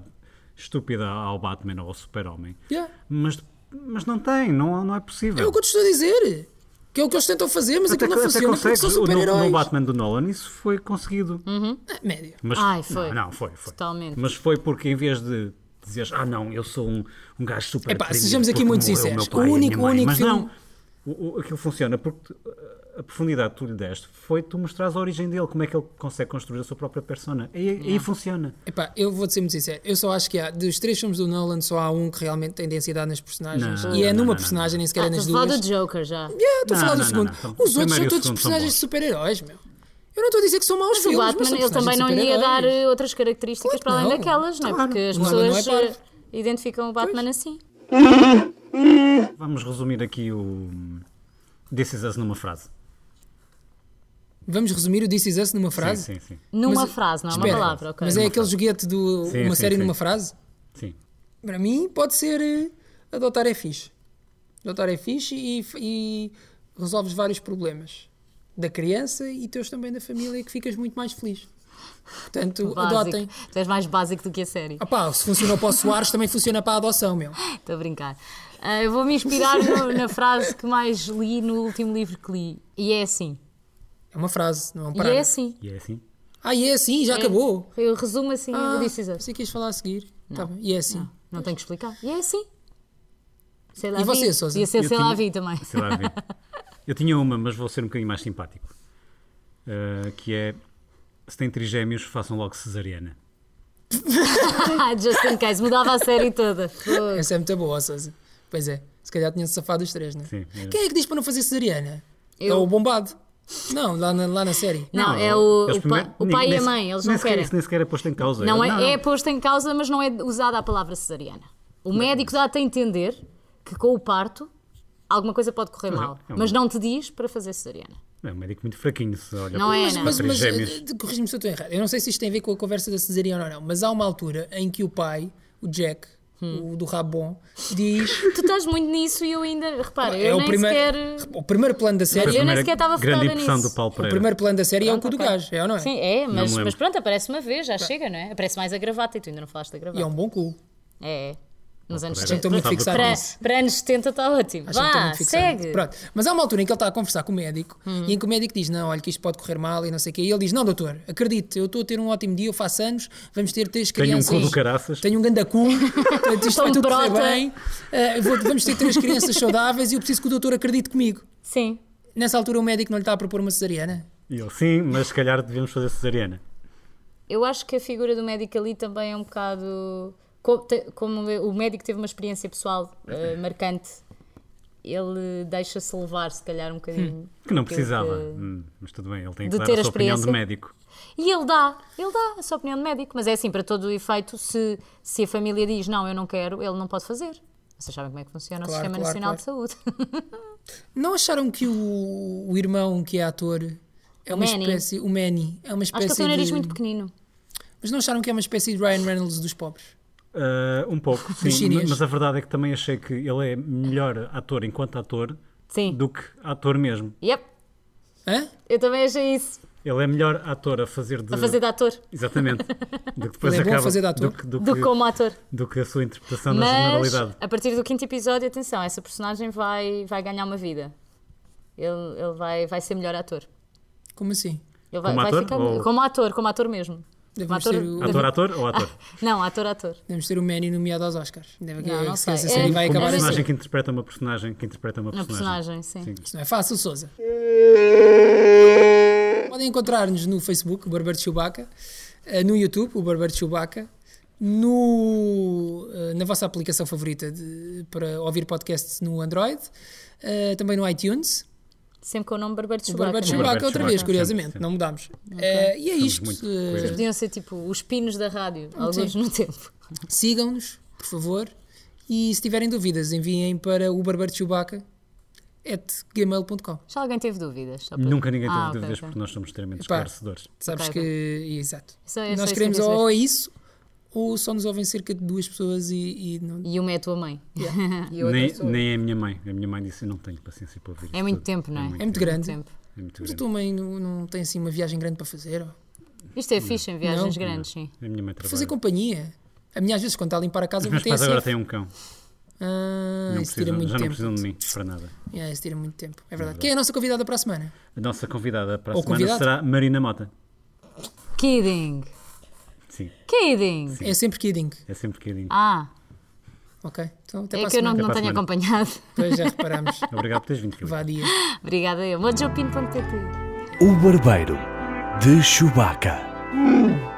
S2: estúpida ao Batman ou ao Super-Homem,
S3: Yeah.
S2: mas, mas não tem, não, não é possível.
S3: É o que eu te estou a dizer. Que é o que eles tentam fazer, mas
S2: até,
S3: aquilo não
S2: até
S3: funciona porque
S2: consegues,
S3: são
S2: o- no,
S3: super-heróis.
S2: no Batman do Nolan isso foi conseguido.
S3: Ah, Médio.
S2: Mas,
S4: Ai, foi.
S2: Não, não, foi, foi.
S4: Totalmente.
S2: Mas foi porque em vez de dizeres, ah não, eu sou um, um gajo super
S3: Epá,
S2: deprimido
S3: sejamos aqui
S2: porque
S3: muito
S2: morreu
S3: sinceros,
S2: meu pai e
S3: o
S2: a minha
S3: único- o
S2: mãe."
S3: único
S2: Mas
S3: filme-
S2: não, o, o- aquilo funciona porque tu- a profundidade que tu lhe deste foi tu mostrares a origem dele, como é que ele consegue construir a sua própria persona. Aí, aí funciona.
S3: Epá, eu vou-te ser muito sincero. Eu só acho que há, dos três filmes do Nolan, só há um que realmente tem densidade nas personagens.
S2: Não,
S3: e é
S2: não,
S3: numa
S2: não,
S3: personagem, nem sequer
S4: Ah,
S3: é nas
S4: estás a
S3: duas.
S4: falar do Joker já.
S3: Yeah, estou a
S2: Não,
S3: falar do
S2: não,
S3: segundo.
S2: não, não. O
S3: Os
S2: primeiro e
S3: outros são
S2: o
S3: todos
S2: segundo são
S3: personagens
S2: bons.
S3: de super-heróis, meu. Eu não estou a dizer que são maus
S4: Mas o
S3: filmes, mas
S4: Batman,
S3: são
S4: ele também
S3: personagens
S4: não
S3: de
S4: lhe ia dar
S3: super-heróis.
S4: eh, outras características
S3: Claro que
S4: para além
S3: não.
S4: daquelas, não é?
S2: Claro.
S4: Porque as
S3: O Batman não é
S4: pessoas eh, identificam o Batman assim.
S2: Vamos resumir aqui o This Is Us numa frase.
S3: Vamos resumir o This Is Us numa frase?
S2: Sim, sim, sim.
S4: Numa
S3: Mas-
S4: frase, não é uma
S3: Espera,
S4: palavra, ok.
S3: Mas é aquele joguete do
S2: Sim,
S3: uma
S2: sim,
S3: série
S2: sim.
S3: numa frase?
S2: sim.
S3: Para mim, pode ser eh, adotar é fixe. Adotar é fixe e, e resolves vários problemas da criança e teus também da família, que ficas muito mais feliz. Portanto,
S4: Básico.
S3: adotem.
S4: Tu és mais básico do que a série.
S3: Ah pá, se funcionou para o Soares, também funciona para a adoção, meu.
S4: Estou a brincar. Ah, eu vou me inspirar no- na frase que mais li no último livro que li. E é assim.
S3: É uma frase, não é um
S4: E é
S3: parágrafo.
S4: assim.
S2: E é assim.
S3: Ah, e é assim, já acabou.
S4: Eu resumo assim
S3: Ah,
S4: o This Is Us.
S3: pensei que ias falar a seguir. Tá bem. E é assim.
S4: Não tenho que explicar. E é assim. Sei lá
S3: E você,
S4: vi.
S3: Sousa?
S4: Ia ser
S2: Eu
S4: sei lá
S2: tinha-
S4: vi também.
S2: Sei lá, vi. Eu tinha uma, mas vou ser um bocadinho mais simpático. Uh, que é: se têm trigêmeos, façam logo cesariana.
S4: Ah, Just in case. Mudava a série toda. Fogo.
S3: Essa é muito boa, Sousa. Pois é, se calhar tinha-se safado os três, não é?
S2: Sim, era.
S3: Quem é que diz para não fazer cesariana?
S4: Eu.
S3: É o bombado. Não, lá na, lá na série.
S4: Não, é o,
S2: eles
S4: o,
S2: primeiro-
S4: pa- o
S2: nem-
S4: pai e
S2: nem
S4: a
S2: se-
S4: mãe. Eles
S2: nem
S4: não
S2: sequer-
S4: querem.
S2: isso nem sequer é posto em causa.
S4: Não é,
S2: Não,
S4: é posto em causa, mas não é usada a palavra cesariana. O
S2: é
S4: médico dá-te a entender que com o parto alguma coisa pode correr mal,
S2: é um-
S4: mas não te diz para fazer cesariana.
S2: É um médico muito fraquinho, se olha
S4: Não
S2: para-
S4: é,
S2: para
S4: não.
S3: Mas,
S2: três
S3: mas
S2: gêmeos.
S3: eh, corrige-me se eu estou errado. Eu não sei se isto tem a ver com a conversa da cesariana ou não, mas há uma altura em que o pai, o Jack,
S4: Hum.
S3: o do Rabon, diz.
S4: Tu estás muito nisso e eu ainda. Repara,
S2: É
S4: eu nem sequer.
S3: o primeiro plano da série.
S4: Mas
S2: Foi a
S4: eu nem
S2: primeira
S4: sequer estava
S2: grande
S4: focada
S2: impressão
S4: nisso.
S2: do Paulo
S3: O
S2: Pereira.
S3: primeiro plano da série é o cu do
S4: ok.
S3: gajo, é ou não é?
S4: Sim, é,
S2: me
S4: mas,
S2: lembro.
S4: mas pronto, aparece uma vez, já chega, não é? Aparece mais a gravata e tu ainda não falaste
S3: E
S4: da
S3: é
S4: gravata.
S3: um bom clube.
S4: É, é. Nos anos
S2: Pereira.
S4: 70.
S3: Estou muito
S2: Estava-
S3: fixado
S4: Para,
S3: nisso.
S4: para anos 70 está ótimo.
S3: Acho que estou
S4: Vá,
S3: muito fixado.
S4: segue.
S3: Pronto. Mas há uma altura em que ele está a conversar com o médico e em que o médico diz: Não, olha, que isto pode correr mal e não sei o quê. E ele diz: Não, doutor, acredite, eu estou a ter um ótimo dia, eu faço anos, vamos ter três
S2: Tenho um
S3: crianças.
S2: cu do caraças.
S3: Tenho um ganda cu, portanto, isto vai
S4: Tão
S3: tudo correr
S4: brota.
S3: bem. eh, vou- vamos ter três crianças saudáveis e eu preciso que o doutor acredite comigo.
S4: Sim.
S3: Nessa altura o médico não lhe está a propor uma cesariana.
S2: E ele, sim, mas se calhar devemos fazer cesariana.
S4: Eu acho que a figura do médico ali também é um bocado. co- te- Como o médico teve uma experiência pessoal eh, marcante, ele deixa-se levar, se calhar, um
S3: Hum.
S4: bocadinho.
S2: Que não
S4: daquilo
S2: precisava.
S4: que-
S2: Hum, mas tudo bem, ele tem
S4: de
S2: que dar
S4: ter
S2: a
S4: a
S2: sua opinião de
S4: experiência.
S2: médico.
S4: E ele dá, ele dá a sua opinião de médico, mas é assim, para todo o efeito, se, se a família diz não, eu não quero, ele não pode fazer. Vocês sabem como é que funciona
S3: Claro,
S4: o Sistema
S3: claro,
S4: Nacional de Saúde.
S3: Não acharam que o, o irmão que é ator é uma
S4: Manny.
S3: espécie. O Manny é uma
S4: acho
S3: espécie.
S4: que ele tem um nariz
S3: de,
S4: muito pequenino.
S3: Mas não acharam que é uma espécie de Ryan Reynolds dos pobres?
S2: Ah, um pouco, sim.
S3: chinês.
S2: Mas a verdade é que também achei que ele é melhor ator enquanto ator
S4: Sim.
S2: do que ator mesmo.
S4: Yep,
S3: Hã?
S4: eu também achei isso,
S2: Ele é melhor ator a fazer de.
S4: a fazer de ator,
S2: Exatamente. Do que depois
S3: Ele é bom a
S2: acaba
S3: fazer de ator.
S2: Do, que, do,
S4: do
S2: que,
S4: que como ator.
S2: do que a sua interpretação na
S4: Mas,
S2: generalidade.
S4: a partir do quinto episódio, atenção, essa personagem vai, vai ganhar uma vida. Ele, ele vai, vai ser melhor ator.
S3: Como assim?
S4: Ele vai,
S2: Como
S4: vai
S2: ator
S4: ficar-
S2: ou-
S4: como ator, como ator mesmo. Como
S3: Devemos
S4: ator,
S3: ter, o,
S2: Ator, ator ou ator?
S4: Não, ator, ator.
S3: devemos ter o Manny nomeado aos Oscars. Deve que,
S4: Não, não
S3: se
S4: sei.
S3: essa
S4: É-
S3: série vai
S2: Como
S3: acabar
S4: mas-
S3: assim.
S2: personagem que interpreta uma personagem que interpreta uma
S4: Uma
S2: personagem.
S4: personagem, sim.
S2: Sim.
S3: Isto não é fácil, Souza. Podem encontrar-nos no Facebook, o Barbeiro de Chewbacca, eh, no YouTube, o Barbeiro de Chewbacca, no, eh, na vossa aplicação favorita de- para ouvir podcasts no Android, eh, também no iTunes.
S4: Sempre com o nome Barbeiro de
S3: O
S4: Chewbacca.
S3: Barbeiro de
S4: não é?
S2: Chewbacca.
S3: Chewbacca, outra
S2: Chewbacca,
S3: vez,
S2: sim,
S3: curiosamente,
S2: sim.
S3: não mudamos. Eh, e é isto.
S2: muito
S3: eh,
S2: coerentes.
S4: Podiam ser tipo os pinos da rádio, alguns
S3: sim.
S4: no tempo.
S3: Eh, Sigam-nos, por favor. E se tiverem dúvidas, enviem para o barbeiroschubaca.gmail.com.
S4: Já alguém teve dúvidas? Só para-
S2: Nunca ninguém teve
S4: Ah, ok,
S2: dúvidas
S4: ok.
S2: porque nós somos extremamente
S3: Epá.
S2: esclarecedores.
S3: Sabes
S4: Ok,
S3: que. Exato.
S4: Só- é só
S3: Nós
S4: isso
S3: queremos
S4: que eu quis
S3: ou é isso, ou só nos ouvem cerca de duas pessoas e, e não.
S4: E uma é a tua mãe.
S8: E outra
S2: Nem,
S8: pessoa.
S2: nem é a minha mãe. A minha mãe disse: Eu não tenho paciência para ouvir.
S4: É
S2: isto
S4: muito
S2: tudo."
S4: tempo, não é?
S3: É muito grande.
S4: Tempo.
S2: É muito
S3: Mas a
S2: grande.
S3: tua mãe não, não tem assim uma viagem grande para fazer? ou?
S4: Isto é fixe em viagens
S3: Não.
S4: grandes, sim.
S2: É A minha mãe
S3: Fazer
S2: trabalha.
S3: companhia. A minha, às vezes, quando está a limpar a casa,
S2: Os
S3: eu
S2: meus
S3: meto
S2: pais
S3: a
S2: agora
S3: SF.
S2: têm um cão.
S3: Ah,
S2: Não
S3: isso tira
S2: precisam-
S3: muito
S2: já não
S3: tempo.
S2: precisam de mim para nada.
S3: Yeah, isso tira muito tempo. É verdade. Quem é a nossa convidada para a semana?
S2: A nossa convidada para a
S3: Ou
S2: semana
S3: convidado.
S2: será Marina Mota.
S4: Kidding!
S2: Sim,
S4: Kidding!
S3: É sempre kidding.
S2: é sempre querido.
S4: Ah,
S3: Ok? Então, até para
S4: é
S3: a
S4: que eu não,
S3: semana.
S4: não
S2: Até para a
S4: tenho
S2: semana.
S4: acompanhado.
S3: Pois, já reparamos.
S2: Obrigado por teres vindo, Filipe.
S3: Vá, dia.
S4: Obrigada eu. Mojopin.pt
S1: O barbeiro de Chewbacca.